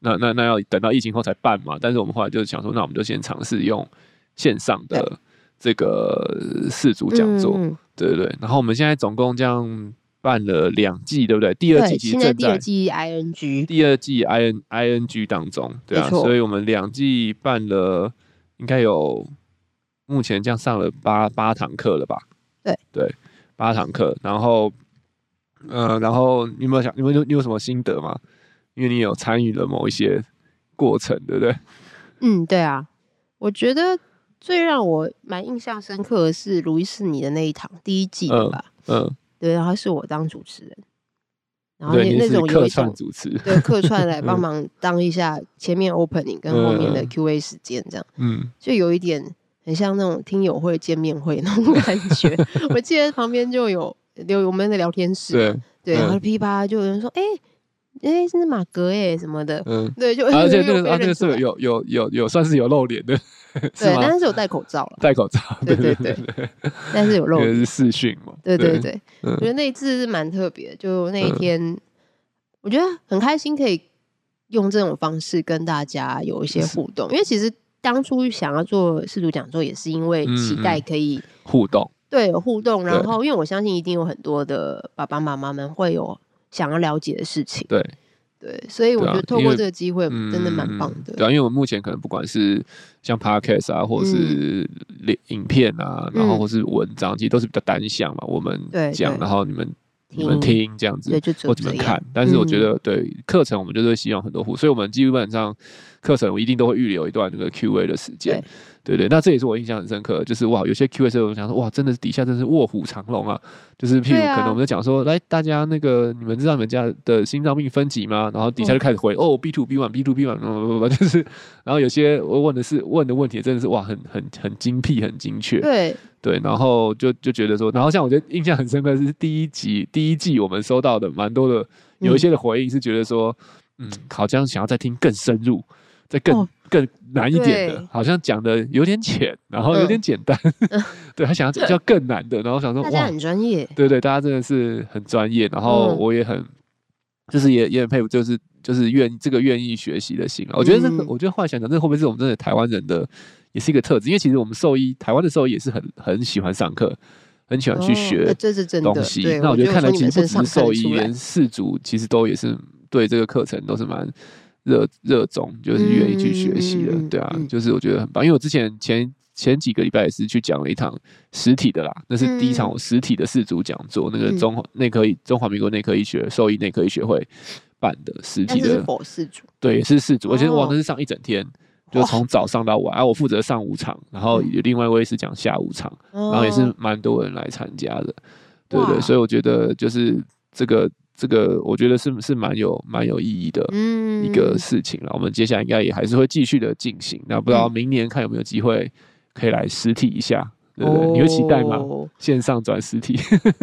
Speaker 1: 那那那要等到疫情后才办嘛？但是我们后来就想说，那我们就先尝试用线上
Speaker 2: 对
Speaker 1: 的这个四组讲座，
Speaker 2: 嗯嗯
Speaker 1: 对对对。然后我们现在总共这样办了两季，对不对？第二季
Speaker 2: 对，
Speaker 1: 其实
Speaker 2: 现在
Speaker 1: 正
Speaker 2: 第二
Speaker 1: 在
Speaker 2: 季 ing，
Speaker 1: 第二季 I N I N G 当中，对啊，
Speaker 2: 没错
Speaker 1: 所以我们两季办了，应该有目前这样上了八八堂课了吧？
Speaker 2: 对
Speaker 1: 对，八堂课，然后呃，然后你有没有想，你们有你有什么心得吗？因为你有参与了某一些过程，对不对？
Speaker 2: 嗯，对啊，我觉得最让我蛮印象深刻的是卢易斯你的那一堂第一季的
Speaker 1: 嗯
Speaker 2: 吧，
Speaker 1: 嗯，
Speaker 2: 对，然后是我当主持人，然后
Speaker 1: 对，
Speaker 2: 啊那
Speaker 1: 你
Speaker 2: 那
Speaker 1: 是
Speaker 2: 种有
Speaker 1: 客
Speaker 2: 一
Speaker 1: 串
Speaker 2: 种
Speaker 1: 主持，
Speaker 2: 对客串 来帮忙当一下前面 opening 跟后面的
Speaker 1: 嗯
Speaker 2: Q&A 时间，这样
Speaker 1: 嗯，
Speaker 2: 就有一点很像那种听友会见面会那种感觉。 我记得旁边就有有我们的聊天室，
Speaker 1: 对，
Speaker 2: 对，
Speaker 1: 嗯
Speaker 2: 然后噼啪就有人说：“哎、哎、是马格哎、什么的。
Speaker 1: 嗯”，
Speaker 2: 对，就
Speaker 1: 而且
Speaker 2: 就
Speaker 1: 那
Speaker 2: 被
Speaker 1: 个啊，那
Speaker 2: 认
Speaker 1: 个
Speaker 2: 出来
Speaker 1: 是有有有有算是有露脸的， 是
Speaker 2: 对，
Speaker 1: 吗？
Speaker 2: 但是有戴口罩了，
Speaker 1: 戴口罩，
Speaker 2: 对
Speaker 1: 对
Speaker 2: 对
Speaker 1: 对，
Speaker 2: 但是有露
Speaker 1: 因为
Speaker 2: 脸。
Speaker 1: 是视讯嘛，
Speaker 2: 对对，对，
Speaker 1: 嗯
Speaker 2: 我觉得那一次是蛮特别的，就那一
Speaker 1: 嗯
Speaker 2: 天，我觉得很开心可以用这种方式跟大家有一些互动，因为其实当初想要做试读讲座，也是因为
Speaker 1: 嗯
Speaker 2: 期待可以
Speaker 1: 互动，
Speaker 2: 对有互动，然
Speaker 1: 对
Speaker 2: 后因为我相信一定有很多的爸爸妈妈们会有想要了解的事情，
Speaker 1: 对，
Speaker 2: 对，所以我
Speaker 1: 对啊
Speaker 2: 觉得透
Speaker 1: 因
Speaker 2: 过
Speaker 1: 为
Speaker 2: 这个机会
Speaker 1: 嗯，
Speaker 2: 真的蛮棒的，
Speaker 1: 对啊，因为我们目前可能不管是像 podcast 啊，或者是影影片啊，然后
Speaker 2: 嗯
Speaker 1: 或是文章，其实都是比较单向嘛，我们
Speaker 2: 对
Speaker 1: 讲，
Speaker 2: 对
Speaker 1: 然后你们你们
Speaker 2: 听
Speaker 1: 听这样子
Speaker 2: 对，，就只有
Speaker 1: 或怎
Speaker 2: 这
Speaker 1: 么
Speaker 2: 样
Speaker 1: 看。，但是我觉
Speaker 2: 嗯
Speaker 1: 得对课程，我们就是希望很多户，所以我们基本上课程我一定都会预留一段那个 Q&A 的时间。对对，那这也是我印象很深刻的，就是哇，有些 Q&A 时候我想说，哇，真的是底下真是卧虎藏龙啊！就是譬如
Speaker 2: 对啊
Speaker 1: 可能我们在讲说，来大家那个你们知道你们家的心脏病分级吗？然后底下就
Speaker 2: 嗯
Speaker 1: 开始回、哦，B two B one B two B one，不嗯不不，就是然后有些我问的是问的问题真的是哇，很很很精辟，很精确。
Speaker 2: 对，
Speaker 1: 对，然后就就觉得说，然后像我觉得印象很深刻是第一集第一季我们收到的蛮多的，有一
Speaker 2: 嗯
Speaker 1: 些的回应是觉得说，嗯，好像想要再听更深入，再更、
Speaker 2: 哦
Speaker 1: 更难一点的
Speaker 2: 对，嗯
Speaker 1: 好像讲的有点浅，然后有点简单， 对他想 要叫更难的，然后想说
Speaker 2: 大家
Speaker 1: 哇，
Speaker 2: 很专业，
Speaker 1: 对对，大家真的是很专业，然后
Speaker 2: 嗯
Speaker 1: 我也很，就是也也很佩服，就是就是愿这个愿意学习的心啊。我觉得这个，
Speaker 2: 嗯
Speaker 1: 我觉得后来想想，这会不会是我们真的台湾人的也是一个特质？因为其实我们兽医，台湾的兽医也是很很喜欢上课，很喜欢去
Speaker 2: 哦
Speaker 1: 学
Speaker 2: 呃这是真的
Speaker 1: 东西。
Speaker 2: 对
Speaker 1: 那
Speaker 2: 我
Speaker 1: 我
Speaker 2: 觉
Speaker 1: 觉得
Speaker 2: 得
Speaker 1: 看
Speaker 2: 从
Speaker 1: 来
Speaker 2: 你
Speaker 1: 其
Speaker 2: 们
Speaker 1: 实不
Speaker 2: 身
Speaker 1: 只
Speaker 2: 上
Speaker 1: 是
Speaker 2: 看
Speaker 1: 兽
Speaker 2: 得
Speaker 1: 医，
Speaker 2: 出来
Speaker 1: 连饲主其实都也是对这个课程都是蛮热热衷，就是愿意去学习的
Speaker 2: 嗯嗯嗯。
Speaker 1: 对啊
Speaker 2: 嗯，
Speaker 1: 就是我觉得很棒，因为我之前前。前几个礼拜也是去讲了一堂实体的啦，那是第一场
Speaker 2: 嗯
Speaker 1: 我实体的四组讲座，那个
Speaker 2: 嗯
Speaker 1: 中华内科医中华民国内科医学兽医内科医学会办的实
Speaker 2: 但
Speaker 1: 体
Speaker 2: 是是
Speaker 1: 的，
Speaker 2: 否事主，
Speaker 1: 对，也是四组，而且
Speaker 2: 哦
Speaker 1: 哇，那是上一整天，就
Speaker 2: 哇
Speaker 1: 从早上到晚，啊，我负责上午场，然后
Speaker 2: 嗯
Speaker 1: 有另外一位是讲下午场，
Speaker 2: 然
Speaker 1: 然后也是蛮多人来参加的，对对，
Speaker 2: 哦哇
Speaker 1: 所以我觉得就是这个这个，我觉得是是蛮有蛮有意义的，
Speaker 2: 嗯
Speaker 1: 一个事情了。我们接下来应该也还是会继续的进行。那不知道
Speaker 2: 嗯
Speaker 1: 明年看有没有机会可以来实体一下，对不对？你会期待吗？
Speaker 2: 哦
Speaker 1: 线上转实体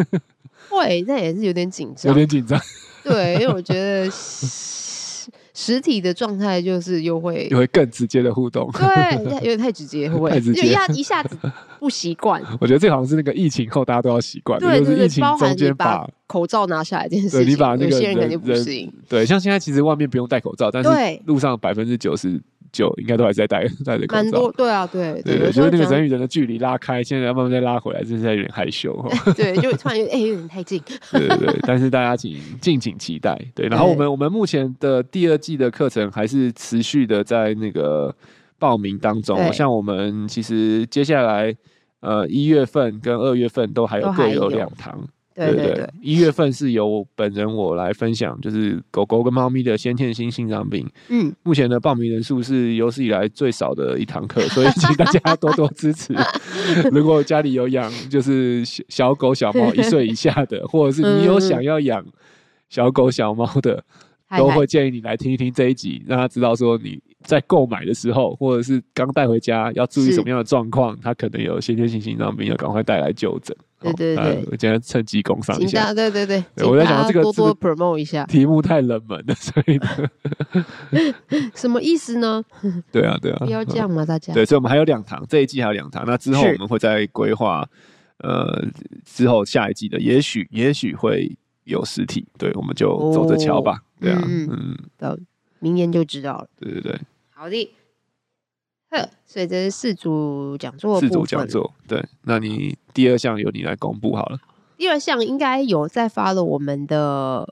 Speaker 2: 会，但也是有点紧
Speaker 1: 有
Speaker 2: 张，
Speaker 1: 点紧张，
Speaker 2: 对，因为我觉得实 实体的状态就是又会
Speaker 1: 也。会更直接的互动。
Speaker 2: 对，有点太直接，会不会
Speaker 1: 太直
Speaker 2: 就
Speaker 1: 接
Speaker 2: 一下一下子不习惯？
Speaker 1: 我觉得这 好像是那个疫情后大家都要习惯的，
Speaker 2: 对
Speaker 1: 就
Speaker 2: 对
Speaker 1: 是疫
Speaker 2: 对，
Speaker 1: 情
Speaker 2: 包含
Speaker 1: 中
Speaker 2: 你
Speaker 1: 间
Speaker 2: 把
Speaker 1: 把
Speaker 2: 口罩拿下来这件事
Speaker 1: 对
Speaker 2: 情，
Speaker 1: 你把那个
Speaker 2: 有些人肯
Speaker 1: 人
Speaker 2: 定不
Speaker 1: 人
Speaker 2: 适应。
Speaker 1: 对，像现在其实外面不用戴口罩，但是
Speaker 2: 对
Speaker 1: 路上百分之九十九应该都还是在戴戴着口
Speaker 2: 蛮
Speaker 1: 罩
Speaker 2: 多。对啊，对
Speaker 1: 对
Speaker 2: 有
Speaker 1: 对，
Speaker 2: 时
Speaker 1: 就
Speaker 2: 候
Speaker 1: 是那个
Speaker 2: 讲
Speaker 1: 人与人的距离拉开，现在要慢慢再拉回来，这现在有点害羞哦。
Speaker 2: 对，就突然有哎有点太近，
Speaker 1: 对对对， 但是大家请敬请期待。对，然后我们我们目前的第二季的课程还是持续的在那个报名当中
Speaker 2: 对
Speaker 1: 哦，像我们其实接下来呃一月份跟二月份都还
Speaker 2: 都
Speaker 1: 有
Speaker 2: 还
Speaker 1: 各有
Speaker 2: 有
Speaker 1: 两堂，
Speaker 2: 对
Speaker 1: 对
Speaker 2: 对
Speaker 1: 对
Speaker 2: 对，。
Speaker 1: 一月份是由本人我来分享，就是狗狗跟猫咪的先天性心脏病。
Speaker 2: 嗯，
Speaker 1: 目前的报名人数是有史以来最少的一堂课，所以请大家多多支 持。如果家里有养就是小小狗、小猫一岁以下的，或者是你有想要养小狗、小猫的，
Speaker 2: 嗯嗨
Speaker 1: 都
Speaker 2: 嗨
Speaker 1: 会建议你来听一听这一集，让他知道说你在购买的时候，或者是刚带回家要注意
Speaker 2: 是
Speaker 1: 什么样的状况，它可能有先天性心脏病，要赶快带来就诊。
Speaker 2: 对对
Speaker 1: 好那
Speaker 2: 对
Speaker 1: 我今天趁机工商一
Speaker 2: 请大
Speaker 1: 下。
Speaker 2: 家对对对，
Speaker 1: 对
Speaker 2: 请
Speaker 1: 我在
Speaker 2: 大
Speaker 1: 想
Speaker 2: 家
Speaker 1: 这个
Speaker 2: 多
Speaker 1: 这
Speaker 2: 多 promote 一下，
Speaker 1: 题目太冷门了，所 以呢
Speaker 2: 什么意思呢？
Speaker 1: 对啊，对啊，
Speaker 2: 不要 这样嘛，大家。
Speaker 1: 对，所以我们还有两堂，这一季还有两堂，那之后
Speaker 2: 是
Speaker 1: 我们会再规划，呃，之后下一季的，也许也许会有实体，对，我们就走着瞧吧，
Speaker 2: 哦
Speaker 1: 对啊，
Speaker 2: 嗯
Speaker 1: 嗯，
Speaker 2: 明年就知道了。
Speaker 1: 对对对，
Speaker 2: 好的，呵，所以这是四组讲座，
Speaker 1: 四组讲。座，对，那你第二项由你来公布好了，
Speaker 2: 第二项应该有在发了我们的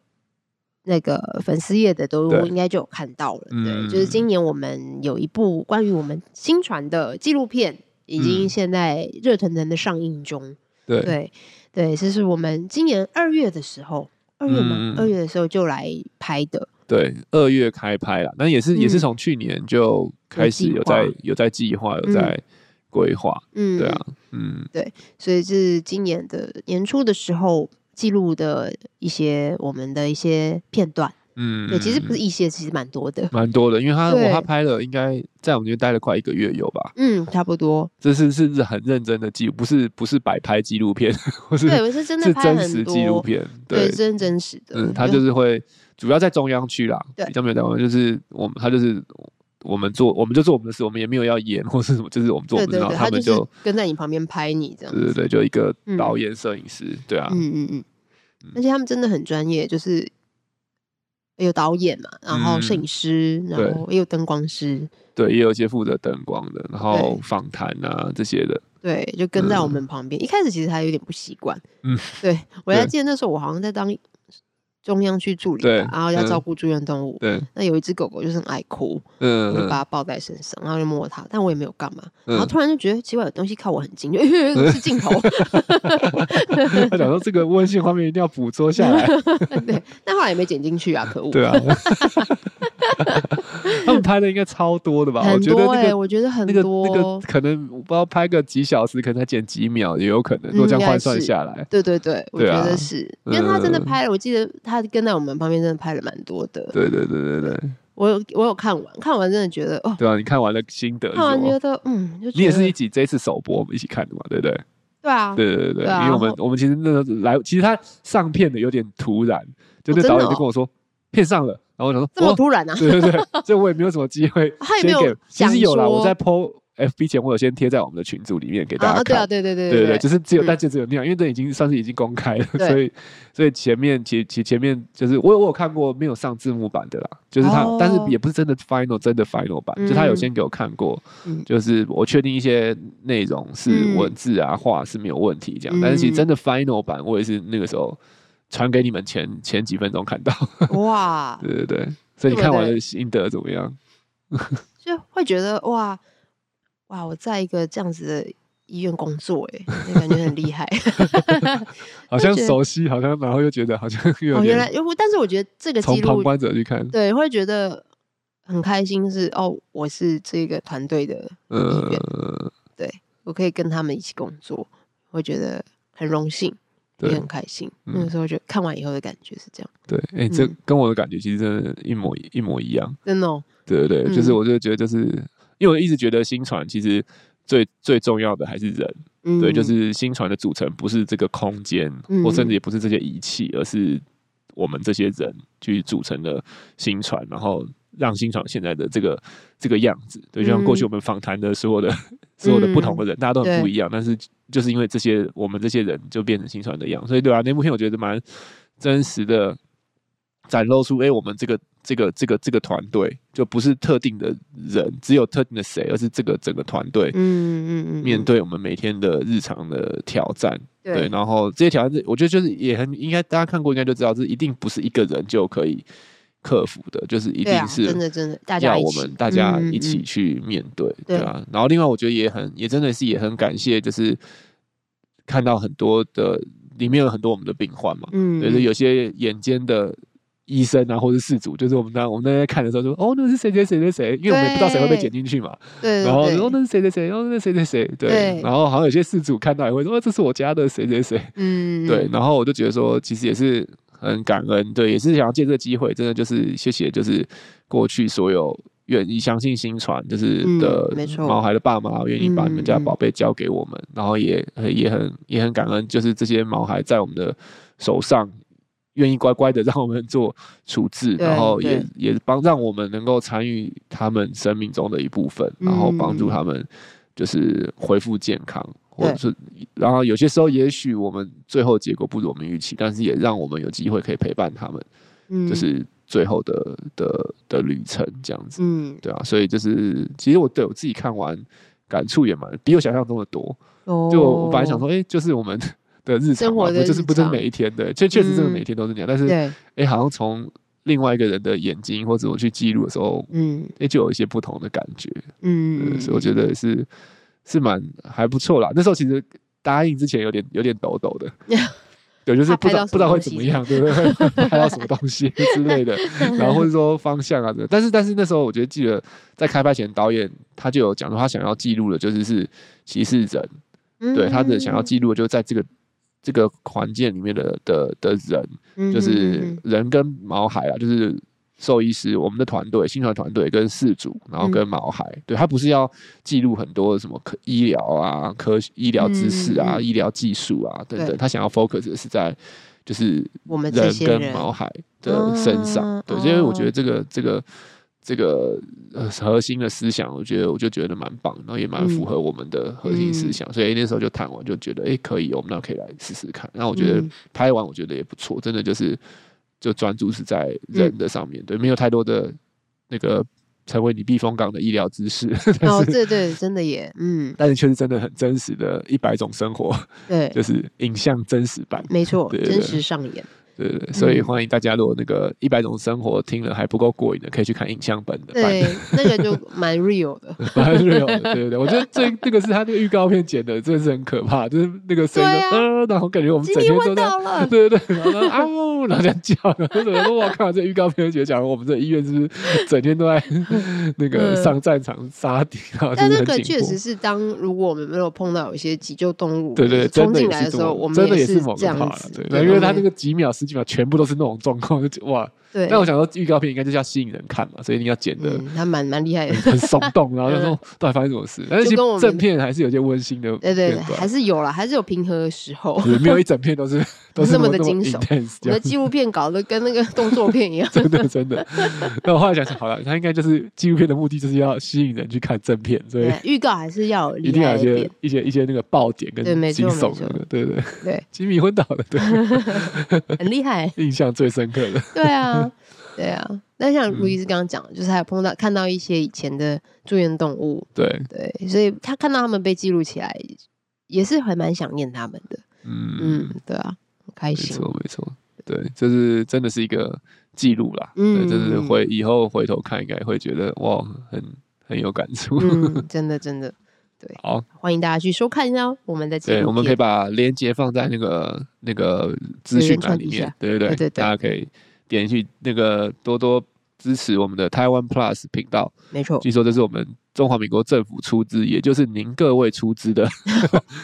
Speaker 2: 那个粉丝页的都
Speaker 1: 对
Speaker 2: 应该就有看到了，对，
Speaker 1: 嗯
Speaker 2: 就是今年我们有一部关于我们新传的纪录片，已经
Speaker 1: 嗯
Speaker 2: 现在热腾腾的上映中。
Speaker 1: 对，
Speaker 2: 对对，这是我们今年二月的时候，二月嘛，
Speaker 1: 嗯
Speaker 2: 二月的时候就来拍的，
Speaker 1: 对，二月开拍了，那也是、也是
Speaker 2: 嗯
Speaker 1: 从去年就开始
Speaker 2: 有计
Speaker 1: 有
Speaker 2: 划
Speaker 1: 在有在计划，有
Speaker 2: 嗯
Speaker 1: 在规划，
Speaker 2: 嗯，
Speaker 1: 对啊，嗯，
Speaker 2: 所以是今年的年初的时候记录的一些我们的一些片段。
Speaker 1: 嗯，
Speaker 2: 对，其实
Speaker 1: 嗯
Speaker 2: 不是一些，其实蛮多的。
Speaker 1: 蛮多的，因为他
Speaker 2: 对
Speaker 1: 我他拍了，应该在我们这边待了快一个月有吧？
Speaker 2: 嗯，差不多。
Speaker 1: 这是是很认真的记录，不是不是摆拍纪录片，或是
Speaker 2: 对，我是真的
Speaker 1: 是
Speaker 2: 拍
Speaker 1: 真
Speaker 2: 很
Speaker 1: 实
Speaker 2: 多，
Speaker 1: 纪录片。
Speaker 2: 对，是真真实的。
Speaker 1: 嗯，他就是会主要在中央区啦，
Speaker 2: 对
Speaker 1: 比较没有在外面，就是我们他就是我们做我们就做我们的事，我们也没有要演或是什么，就是我们做我们的事，
Speaker 2: 对对
Speaker 1: 然
Speaker 2: 对，
Speaker 1: 后
Speaker 2: 他
Speaker 1: 们
Speaker 2: 就是
Speaker 1: 就
Speaker 2: 跟在你旁边拍你这样
Speaker 1: 对对
Speaker 2: 子。
Speaker 1: 对，就一个
Speaker 2: 嗯
Speaker 1: 导演、摄影师，对啊，
Speaker 2: 嗯嗯嗯，而且他们真的很专业，就是有导演嘛，然后摄影师，
Speaker 1: 嗯对
Speaker 2: 然后也有灯光师，
Speaker 1: 对，也有一些负责灯光的，然后
Speaker 2: 对
Speaker 1: 访谈啊这些的，
Speaker 2: 对，就跟在我
Speaker 1: 嗯
Speaker 2: 们旁边。一开始其实还有点不习惯，
Speaker 1: 嗯，
Speaker 2: 对我还
Speaker 1: 对
Speaker 2: 记得那时候我好像在当中央区助理吧，
Speaker 1: 对
Speaker 2: 然后要
Speaker 1: 嗯
Speaker 2: 照顾住院动物。
Speaker 1: 对，
Speaker 2: 那有一只狗狗就是很爱哭，我就
Speaker 1: 嗯，
Speaker 2: 哦把它抱在身上，然后就摸它，但我也没有干嘛。然后
Speaker 1: 嗯，
Speaker 2: 突然就觉得奇怪，有东西靠我很近，就、 欸、是镜头。
Speaker 1: 嗯 他讲说这个温馨画面一定要捕捉下来，
Speaker 2: 对，但后来也没剪进去啊，可恶。
Speaker 1: 对啊，他们拍的应该超多的吧？我
Speaker 2: 很
Speaker 1: 觉得
Speaker 2: 多
Speaker 1: 那
Speaker 2: 哎、
Speaker 1: 个
Speaker 2: 我觉得很
Speaker 1: 那个
Speaker 2: 多。
Speaker 1: 那个可能我不知道拍个几小时，可能才剪几秒也有可能，如果
Speaker 2: 嗯
Speaker 1: 这样
Speaker 2: 应该
Speaker 1: 换算
Speaker 2: 是
Speaker 1: 下来，
Speaker 2: 对对对，我
Speaker 1: 对
Speaker 2: 觉
Speaker 1: 啊
Speaker 2: 得是，因为他真的
Speaker 1: 嗯
Speaker 2: 拍了，我记得他跟在我们旁边真的拍了蛮多的。
Speaker 1: 对对对对对。
Speaker 2: 我有我有看完，看完真的觉得哦，
Speaker 1: 对啊，你看完了心得是
Speaker 2: 看完
Speaker 1: 什么
Speaker 2: 觉？得嗯，就觉得
Speaker 1: 你也是一起这一次首播我们一起看的嘛，对不对？
Speaker 2: 对啊，
Speaker 1: 对对对对，
Speaker 2: 对啊
Speaker 1: 因为我们
Speaker 2: 然
Speaker 1: 我们其实那时候来，其实他上片的有点突然，就那
Speaker 2: 哦真的
Speaker 1: 导演就
Speaker 2: 哦
Speaker 1: 跟我说片上了，然后我想
Speaker 2: 这
Speaker 1: 说
Speaker 2: 么
Speaker 1: 哦，
Speaker 2: 突然啊，
Speaker 1: 对对对，所以我也没有什么机会
Speaker 2: 他也没
Speaker 1: 先
Speaker 2: 有
Speaker 1: 给，其
Speaker 2: 讲
Speaker 1: 实有啦，
Speaker 2: 说
Speaker 1: 我在 PO FB 前我有先贴在我们的群组里面给大
Speaker 2: 啊
Speaker 1: 家
Speaker 2: 啊，对
Speaker 1: 看
Speaker 2: 啊，，对对对
Speaker 1: 对
Speaker 2: 对
Speaker 1: 对，就是只有
Speaker 2: 嗯
Speaker 1: 但就只有那样，因为这已经算是已经公开了，
Speaker 2: 对
Speaker 1: 所以所以前面其其前面就是我有我有看过没有上字幕版的啦，就是他，
Speaker 2: 哦
Speaker 1: 但是也不是真的 final 真的 final 版，就他有
Speaker 2: 嗯
Speaker 1: 先给我看过，
Speaker 2: 嗯
Speaker 1: 就是我确定一些内容是
Speaker 2: 嗯
Speaker 1: 文字啊、话是没有问题这样，
Speaker 2: 嗯
Speaker 1: 但是其实真的 final 版我也是那个时候传给你们前前几分钟看到，
Speaker 2: 哇，
Speaker 1: 对对对，所以你
Speaker 2: 对
Speaker 1: 看完
Speaker 2: 对
Speaker 1: 的心得怎么样？
Speaker 2: 就会觉得哇哇，我在一个这样子的医院工作、欸，哎，那感觉很厉害。
Speaker 1: 好像
Speaker 2: 觉得
Speaker 1: 熟悉，好像然后又觉得好像 又有
Speaker 2: 哦，原来
Speaker 1: 点，
Speaker 2: 我但是我觉得这个
Speaker 1: 从
Speaker 2: 记
Speaker 1: 旁
Speaker 2: 录
Speaker 1: 观者去看，
Speaker 2: 对，会觉得很开心是，哦，我是这个团队的一员，
Speaker 1: 呃，
Speaker 2: 我可以跟他们一起工作，会觉得很荣幸，也
Speaker 1: 对
Speaker 2: 很。开心。
Speaker 1: 嗯
Speaker 2: 那个时候就看完以后的感觉是这样，
Speaker 1: 对，哎、这
Speaker 2: 嗯
Speaker 1: 跟我的感觉其实真的一模一模一样。
Speaker 2: 真的、哦，
Speaker 1: 对对对，就是
Speaker 2: 嗯
Speaker 1: 我就觉得，就是因为我一直觉得新传其实最最重要的还是人，
Speaker 2: 嗯，
Speaker 1: 对，就是新传的组成不是这个空间，或甚
Speaker 2: 嗯
Speaker 1: 至也不是这些仪器，而是我们这些人去组成的新传，然后让新传现在的这个这个样子。对，就像过去
Speaker 2: 嗯
Speaker 1: 我们访谈的所有的 所有的不同的人，大家都很不
Speaker 2: 对
Speaker 1: 一样，但是就是因为这些我们这些人就变成新传的样，所以对啊，那部片我觉得蛮真实的。展露出，哎、我们这个这个这个这个团队就不是特定的人，只有特定的谁，而是这个整个团队
Speaker 2: 嗯嗯嗯，
Speaker 1: 面
Speaker 2: 嗯
Speaker 1: 对我们每天的日常的挑战。对，
Speaker 2: 对
Speaker 1: 然后这些挑战是，我觉得就是也很应该大家看过，应该就知道，这一定不是一个人就可以克服的，就是一
Speaker 2: 对啊
Speaker 1: 定是
Speaker 2: 真的真的大
Speaker 1: 要
Speaker 2: 家一
Speaker 1: 我
Speaker 2: 起
Speaker 1: 们大家
Speaker 2: 嗯嗯
Speaker 1: 一起
Speaker 2: 嗯
Speaker 1: 去面对，对
Speaker 2: 对
Speaker 1: 啊。然后另外我觉得也很也真的是也很感谢，就是看到很多的里面有很多我们的病患嘛，
Speaker 2: 嗯，
Speaker 1: 对，就有些眼尖的。医生啊，或者事主，就是我们当我们在看的时候就，说哦，那是谁谁谁谁谁，因为我们也不知道谁会被
Speaker 2: 对
Speaker 1: 剪进去嘛，
Speaker 2: 对，
Speaker 1: 然后
Speaker 2: 对
Speaker 1: 哦，那是谁谁谁，哦，那谁谁谁，对
Speaker 2: 对，
Speaker 1: 然后好像有些事主看到也会说，哦，这是我家的谁谁谁，
Speaker 2: 嗯，
Speaker 1: 对，
Speaker 2: 嗯
Speaker 1: 然后我就觉得说，其实也是很感恩，对，也是想要借这个机会，真的就是谢谢，就是过去所有愿意相信新传，就是
Speaker 2: 嗯
Speaker 1: 的
Speaker 2: 没错嗯
Speaker 1: 毛孩的爸妈愿意把你们家宝贝交给我们，然后也呃也很也很感恩，就是这些毛孩在我们的手上。愿意乖乖的 让我们做处置，
Speaker 2: 对
Speaker 1: 然后也
Speaker 2: 对
Speaker 1: 也帮让我们能够参与他们生命中的一部分，然后帮助
Speaker 2: 嗯
Speaker 1: 他们就是恢复健康，或
Speaker 2: 对
Speaker 1: 者是，然后有些时候也许我们最后结果不如我们预期，但是也让我们有机会可以陪伴他们，
Speaker 2: 嗯
Speaker 1: 就是最后的的的旅程这样子，
Speaker 2: 嗯
Speaker 1: 对啊，所以就是其实我对我自己看完感触也蛮比我想象中的多，
Speaker 2: 哦，
Speaker 1: 就我本来想说，哎，就是我们 的日常
Speaker 2: 生
Speaker 1: 嘛，
Speaker 2: 活
Speaker 1: 不
Speaker 2: 的
Speaker 1: 就是
Speaker 2: 日
Speaker 1: 不是
Speaker 2: 常
Speaker 1: 每一天对，确确实真的
Speaker 2: 嗯
Speaker 1: 每一天都是那样，但是
Speaker 2: 对，
Speaker 1: 哎，好像从另外一个人的眼睛或者我去记录的时候，
Speaker 2: 嗯
Speaker 1: 哎，就有一些不同的感觉，
Speaker 2: 嗯，
Speaker 1: 嗯，所以我觉得是是蛮还不错啦。那时候其实答应之前有点有点抖抖 的，对，就是
Speaker 2: 怕
Speaker 1: 不
Speaker 2: 拍
Speaker 1: 知道
Speaker 2: 到
Speaker 1: 不知
Speaker 2: 什
Speaker 1: 道会
Speaker 2: 么东
Speaker 1: 怎
Speaker 2: 西
Speaker 1: 么样，对不对？ 拍到什么东 西之类的，然后或者说方向啊，但是但是那时候我觉得记得在开拍前，导演他就有讲说他想要记录的就是是歧视人，对他的想要
Speaker 2: 嗯
Speaker 1: 记录的就是在这个。这个环境里面的的的人，
Speaker 2: 嗯
Speaker 1: 就是人跟毛孩啊，就是兽医师，我们的团队，新传团队跟饲主，然后跟毛孩，
Speaker 2: 嗯
Speaker 1: 对他不是要记录很多什么科医疗啊、科医疗知识啊、
Speaker 2: 嗯嗯嗯
Speaker 1: 医疗技术啊等
Speaker 2: 对
Speaker 1: 等，他想要 focus 的是在就是
Speaker 2: 我们这
Speaker 1: 人
Speaker 2: 些
Speaker 1: 跟
Speaker 2: 人
Speaker 1: 毛孩的身上
Speaker 2: 啊，
Speaker 1: 对，因为我
Speaker 2: 哦
Speaker 1: 觉得这个这个。这个呃核心的思想，我觉得我就觉得蛮棒，然后也蛮
Speaker 2: 嗯
Speaker 1: 符合我们的核心思想，所以那时候就谈完就觉得，哎、可以哦，我们那可以来试试看。然后我觉得
Speaker 2: 嗯
Speaker 1: 拍完我觉得也不错，真的就是就专注是在
Speaker 2: 嗯
Speaker 1: 人的上面，对，没有太多的那个成为你避风港的医疗知识， 但
Speaker 2: 哦，
Speaker 1: 是、
Speaker 2: 对对，真的耶，嗯，
Speaker 1: 但是却是真的很真实的一百种生活，
Speaker 2: 对，
Speaker 1: 就是影像真实版，
Speaker 2: 没错，
Speaker 1: 对
Speaker 2: 真
Speaker 1: 对
Speaker 2: 实上演。
Speaker 1: 对对对，所以
Speaker 2: 嗯
Speaker 1: 欢迎大家如果那个一百种生活听了还不够过瘾的，可以去看影像本的版。
Speaker 2: 对，那个就蛮 real 的。
Speaker 1: 蛮 real 的，对对对，我觉得最那个是他那个预告片剪的，真的是很可怕，就是那个声音
Speaker 2: 对啊
Speaker 1: 就，呃，然后感觉我们
Speaker 2: 今
Speaker 1: 整
Speaker 2: 天
Speaker 1: 天都
Speaker 2: 问
Speaker 1: 在
Speaker 2: 到 了，
Speaker 1: 对对对，然后他啊呜，然后这样叫，然后怎么说？我靠，这预告片就觉得，假如我们这医院是不是整天都在那个
Speaker 2: 嗯
Speaker 1: 上战场杀敌啊？
Speaker 2: 但
Speaker 1: 就是
Speaker 2: 那
Speaker 1: 很
Speaker 2: 个
Speaker 1: 紧
Speaker 2: 确
Speaker 1: 迫
Speaker 2: 实是当如果我们没有碰到有一些急救动物
Speaker 1: 对对，对真
Speaker 2: 冲
Speaker 1: 的
Speaker 2: 进
Speaker 1: 也
Speaker 2: 来的
Speaker 1: 这
Speaker 2: 时候，
Speaker 1: 么
Speaker 2: 我们
Speaker 1: 真的
Speaker 2: 也
Speaker 1: 是猛
Speaker 2: 这样
Speaker 1: 怕了
Speaker 2: 子，
Speaker 1: 对，因为他
Speaker 2: 我
Speaker 1: 那
Speaker 2: 们
Speaker 1: 个几秒、十几秒全部都是那种状况，就觉得哇！
Speaker 2: 对，
Speaker 1: 但我想说，预告片应该就是要吸引人看嘛，所以一定要剪的。
Speaker 2: 嗯，他蛮蛮厉害的
Speaker 1: 很松动，然后就说到底发生什么事？但是其
Speaker 2: 就跟我们
Speaker 1: 实正片还是有些温馨的
Speaker 2: 对
Speaker 1: 片
Speaker 2: 对，对
Speaker 1: 段，
Speaker 2: 还是有啦，还是有平和的时候。
Speaker 1: 对没有一整片 都是啊都
Speaker 2: 不是
Speaker 1: 是
Speaker 2: 那么的
Speaker 1: 那
Speaker 2: 惊悚
Speaker 1: intense
Speaker 2: 我
Speaker 1: 这
Speaker 2: 们的
Speaker 1: 样。，
Speaker 2: 纪录片搞得跟那个动作片一样
Speaker 1: 真的真的。那我后来想想，好了，他应该就是纪录片的目的就是要吸引人去看正片，所以
Speaker 2: 对，预告还是要有
Speaker 1: 一
Speaker 2: 厉
Speaker 1: 定要
Speaker 2: 害
Speaker 1: 有一
Speaker 2: 的点
Speaker 1: 些。一些一些那个爆点跟
Speaker 2: 对没
Speaker 1: 惊
Speaker 2: 错
Speaker 1: 悚
Speaker 2: 没错
Speaker 1: 的那个，对对，
Speaker 2: 对，
Speaker 1: 吉米昏倒了， 对，
Speaker 2: 很厉 害。
Speaker 1: 印象最深刻的，
Speaker 2: 对啊，对啊。那像
Speaker 1: 嗯
Speaker 2: 路易斯刚刚讲的，就是还有碰到看到一些以前的住院动物，
Speaker 1: 对，
Speaker 2: 对，所以他看到他们被记录起来，也是还蛮想念他们的。
Speaker 1: 嗯
Speaker 2: 嗯，，对啊，很开
Speaker 1: 没
Speaker 2: 心
Speaker 1: 错。没错，对，这是真的是一个记录啦，
Speaker 2: 嗯
Speaker 1: 对，就是回以后回头看，应该会觉得哇，很很有感触。
Speaker 2: 嗯，真的真的，
Speaker 1: 好，
Speaker 2: 欢迎大家去收看一下哦我们的节目。
Speaker 1: 对，我们可以把链接放在那个那个资讯栏里
Speaker 2: 连串底
Speaker 1: 面
Speaker 2: 下，
Speaker 1: 对对
Speaker 2: 对
Speaker 1: 对，
Speaker 2: 对对
Speaker 1: 大家可以点进去那个多多支持我们的台湾 Plus 频道。
Speaker 2: 没错
Speaker 1: 据说这是我们中华民国政府出资，也就是您各位出资的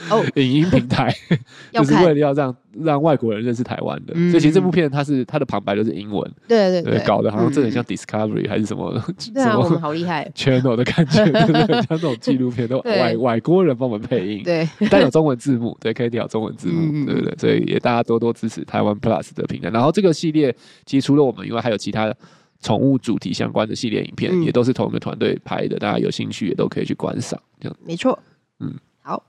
Speaker 2: 哦，
Speaker 1: 影音平台，
Speaker 2: 要
Speaker 1: 就是
Speaker 2: 看
Speaker 1: 为了要让让外国人认识台湾的。
Speaker 2: 嗯
Speaker 1: 所以其实这部片它是它的旁白都是英文，
Speaker 2: 对对
Speaker 1: 对，搞得好像真的很像
Speaker 2: 嗯
Speaker 1: Discovery 还是什么 什
Speaker 2: 嗯对啊，我们
Speaker 1: 么
Speaker 2: 好厉害。
Speaker 1: channel 的感 觉，对对，很像那种纪录片，都
Speaker 2: 对
Speaker 1: 外外国人帮我们配音。
Speaker 2: 对，
Speaker 1: 但有中文字幕，对，可以调中文字幕，
Speaker 2: 嗯嗯嗯
Speaker 1: 对不对？所以也大家多多支持台湾 Plus 的平台。然后这个系列其实除了我们以外，还有其他宠物主题相关的系列影片，
Speaker 2: 嗯
Speaker 1: 也都是同一个团队拍的，大家有兴趣也都可以去观赏。这样，
Speaker 2: 没错。
Speaker 1: 嗯，
Speaker 2: 好，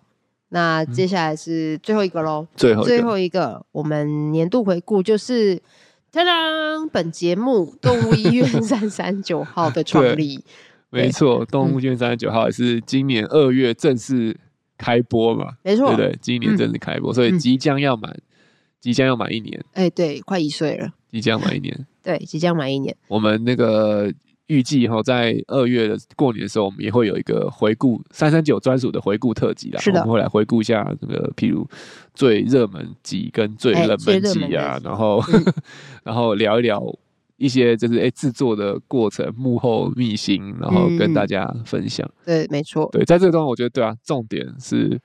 Speaker 2: 那接下来是最后一个喽。
Speaker 1: 最后一
Speaker 2: 最
Speaker 1: 个
Speaker 2: 后一个，我们年度回顾就是，当当，本节目动 物医院三三九号的创立，
Speaker 1: 没错，《
Speaker 2: 嗯
Speaker 1: 动物医院三十九号》也是今年二月正式开播嘛，
Speaker 2: 没
Speaker 1: 对
Speaker 2: 错
Speaker 1: 不，对？今年
Speaker 2: 嗯
Speaker 1: 正式开播，所以即将要满，即将要满一年，
Speaker 2: 哎，对，快一岁了，
Speaker 1: 即将满一年。
Speaker 2: 对，即将满一年，
Speaker 1: 我们那个预计哈，在二月的过年的时候，我们也会有一个回顾三三九专属的回顾特辑啦。
Speaker 2: 是的
Speaker 1: 我们会来回顾一下那个，譬如最热门集跟最冷
Speaker 2: 哎最
Speaker 1: 门
Speaker 2: 热门
Speaker 1: 集啊，
Speaker 2: 的嗯
Speaker 1: 然后、 然后聊一聊一些就是哎制作的过程、幕后秘辛，然后跟
Speaker 2: 嗯
Speaker 1: 大家分享。
Speaker 2: 对，没错，
Speaker 1: 对，在这个地方，我觉得对啊，重点是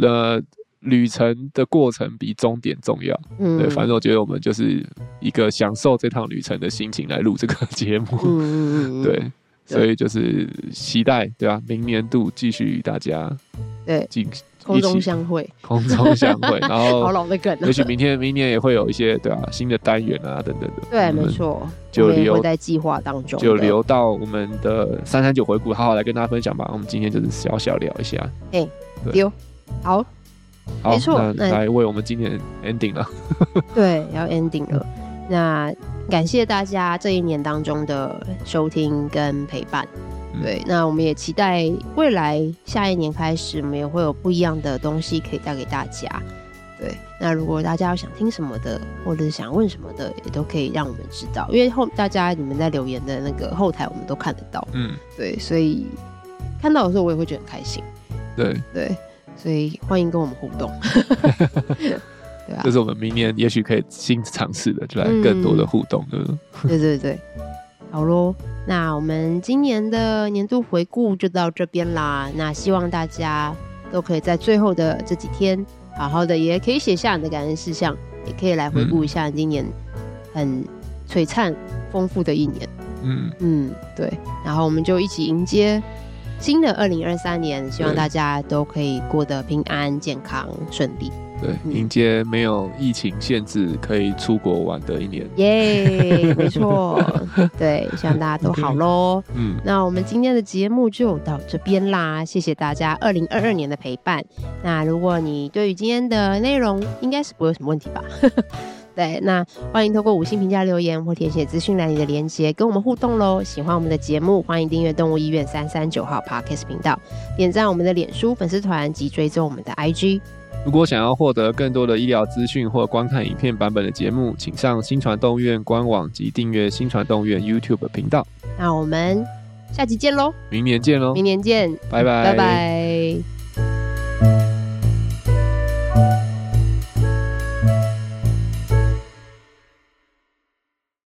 Speaker 1: 呃旅程的过程比终点重要。
Speaker 2: 嗯，
Speaker 1: 对，反正我觉得我们就是一个享受这趟旅程的心情来录这个节目，
Speaker 2: 嗯，嗯嗯嗯，
Speaker 1: 对，所以就是期待，对吧、明年度继续与大家
Speaker 2: 对，
Speaker 1: 进
Speaker 2: 空
Speaker 1: 一
Speaker 2: 中
Speaker 1: 起哦
Speaker 2: 相会，
Speaker 1: 空中相会，然
Speaker 2: 好
Speaker 1: 后
Speaker 2: 老的梗啊
Speaker 1: 也，许明天明年也会有一些对啊新的单元啊等等的，
Speaker 2: 对，
Speaker 1: 我
Speaker 2: 没
Speaker 1: 们
Speaker 2: 错，
Speaker 1: 就
Speaker 2: 我们也
Speaker 1: 留
Speaker 2: 会在计划当中的，
Speaker 1: 就留到我们的三三九回顾，好好来跟大家分享吧。我们今天就是小小聊一下，对
Speaker 2: 丢，好，
Speaker 1: 好
Speaker 2: 没，错
Speaker 1: 那
Speaker 2: 那
Speaker 1: 来为我们今年 ending 了，
Speaker 2: 对，要 ending 了。那感谢大家这一年当中的收听跟陪伴。
Speaker 1: 嗯
Speaker 2: 对，那我们也期待未来下一年开始，我们也会有不一样的东西可以带给大家。对，那如果大家有想听什么的，或者是想问什么的，也都可以让我们知道，因为后大家你们在留言的那个后台，我们都看得到。
Speaker 1: 嗯，
Speaker 2: 对，所以看到的时候，我也会觉得很开心。
Speaker 1: 对，
Speaker 2: 对，所以欢迎跟我们互动。对啊
Speaker 1: 这，是我们明年也许可以新尝试的，就来更多的互动，对不对？
Speaker 2: 对对对，好喽，那我们今年的年度回顾就到这边啦。那希望大家都可以在最后的这几天，好好的，也可以写下你的感恩事项，也可以来回顾一下你今年很璀璨丰富的一年。
Speaker 1: 嗯，
Speaker 2: 嗯，对。然后我们就一起迎接新的二零二三年，希望
Speaker 1: 对
Speaker 2: 大家都可以过得平安、健康、顺利。
Speaker 1: 对，
Speaker 2: 嗯
Speaker 1: 迎接没有疫情限制可以出国玩的一年。
Speaker 2: 耶、没错，对，希望大家都好喽。
Speaker 1: 嗯，
Speaker 2: 那我们今天的节目就到这边啦，谢谢大家二零二二年的陪伴。那如果你对于今天的内容，应该是不会有什么问题吧？ 对，那欢迎透过五星评价留言或填写资讯栏里的连接跟我们互动喽。喜欢我们的节目，欢迎订阅动物医院三三九号 Podcast 频道，点赞我们的脸书粉丝团及追踪我们的 IG。
Speaker 1: 如果想要获得更多的医疗资讯或观看影片版本的节目，请上新传动物院官网及订阅新传动物院 YouTube 频道。
Speaker 2: 那我们下期见喽，
Speaker 1: 明年见喽，
Speaker 2: 明年见，
Speaker 1: 拜拜，
Speaker 2: 拜拜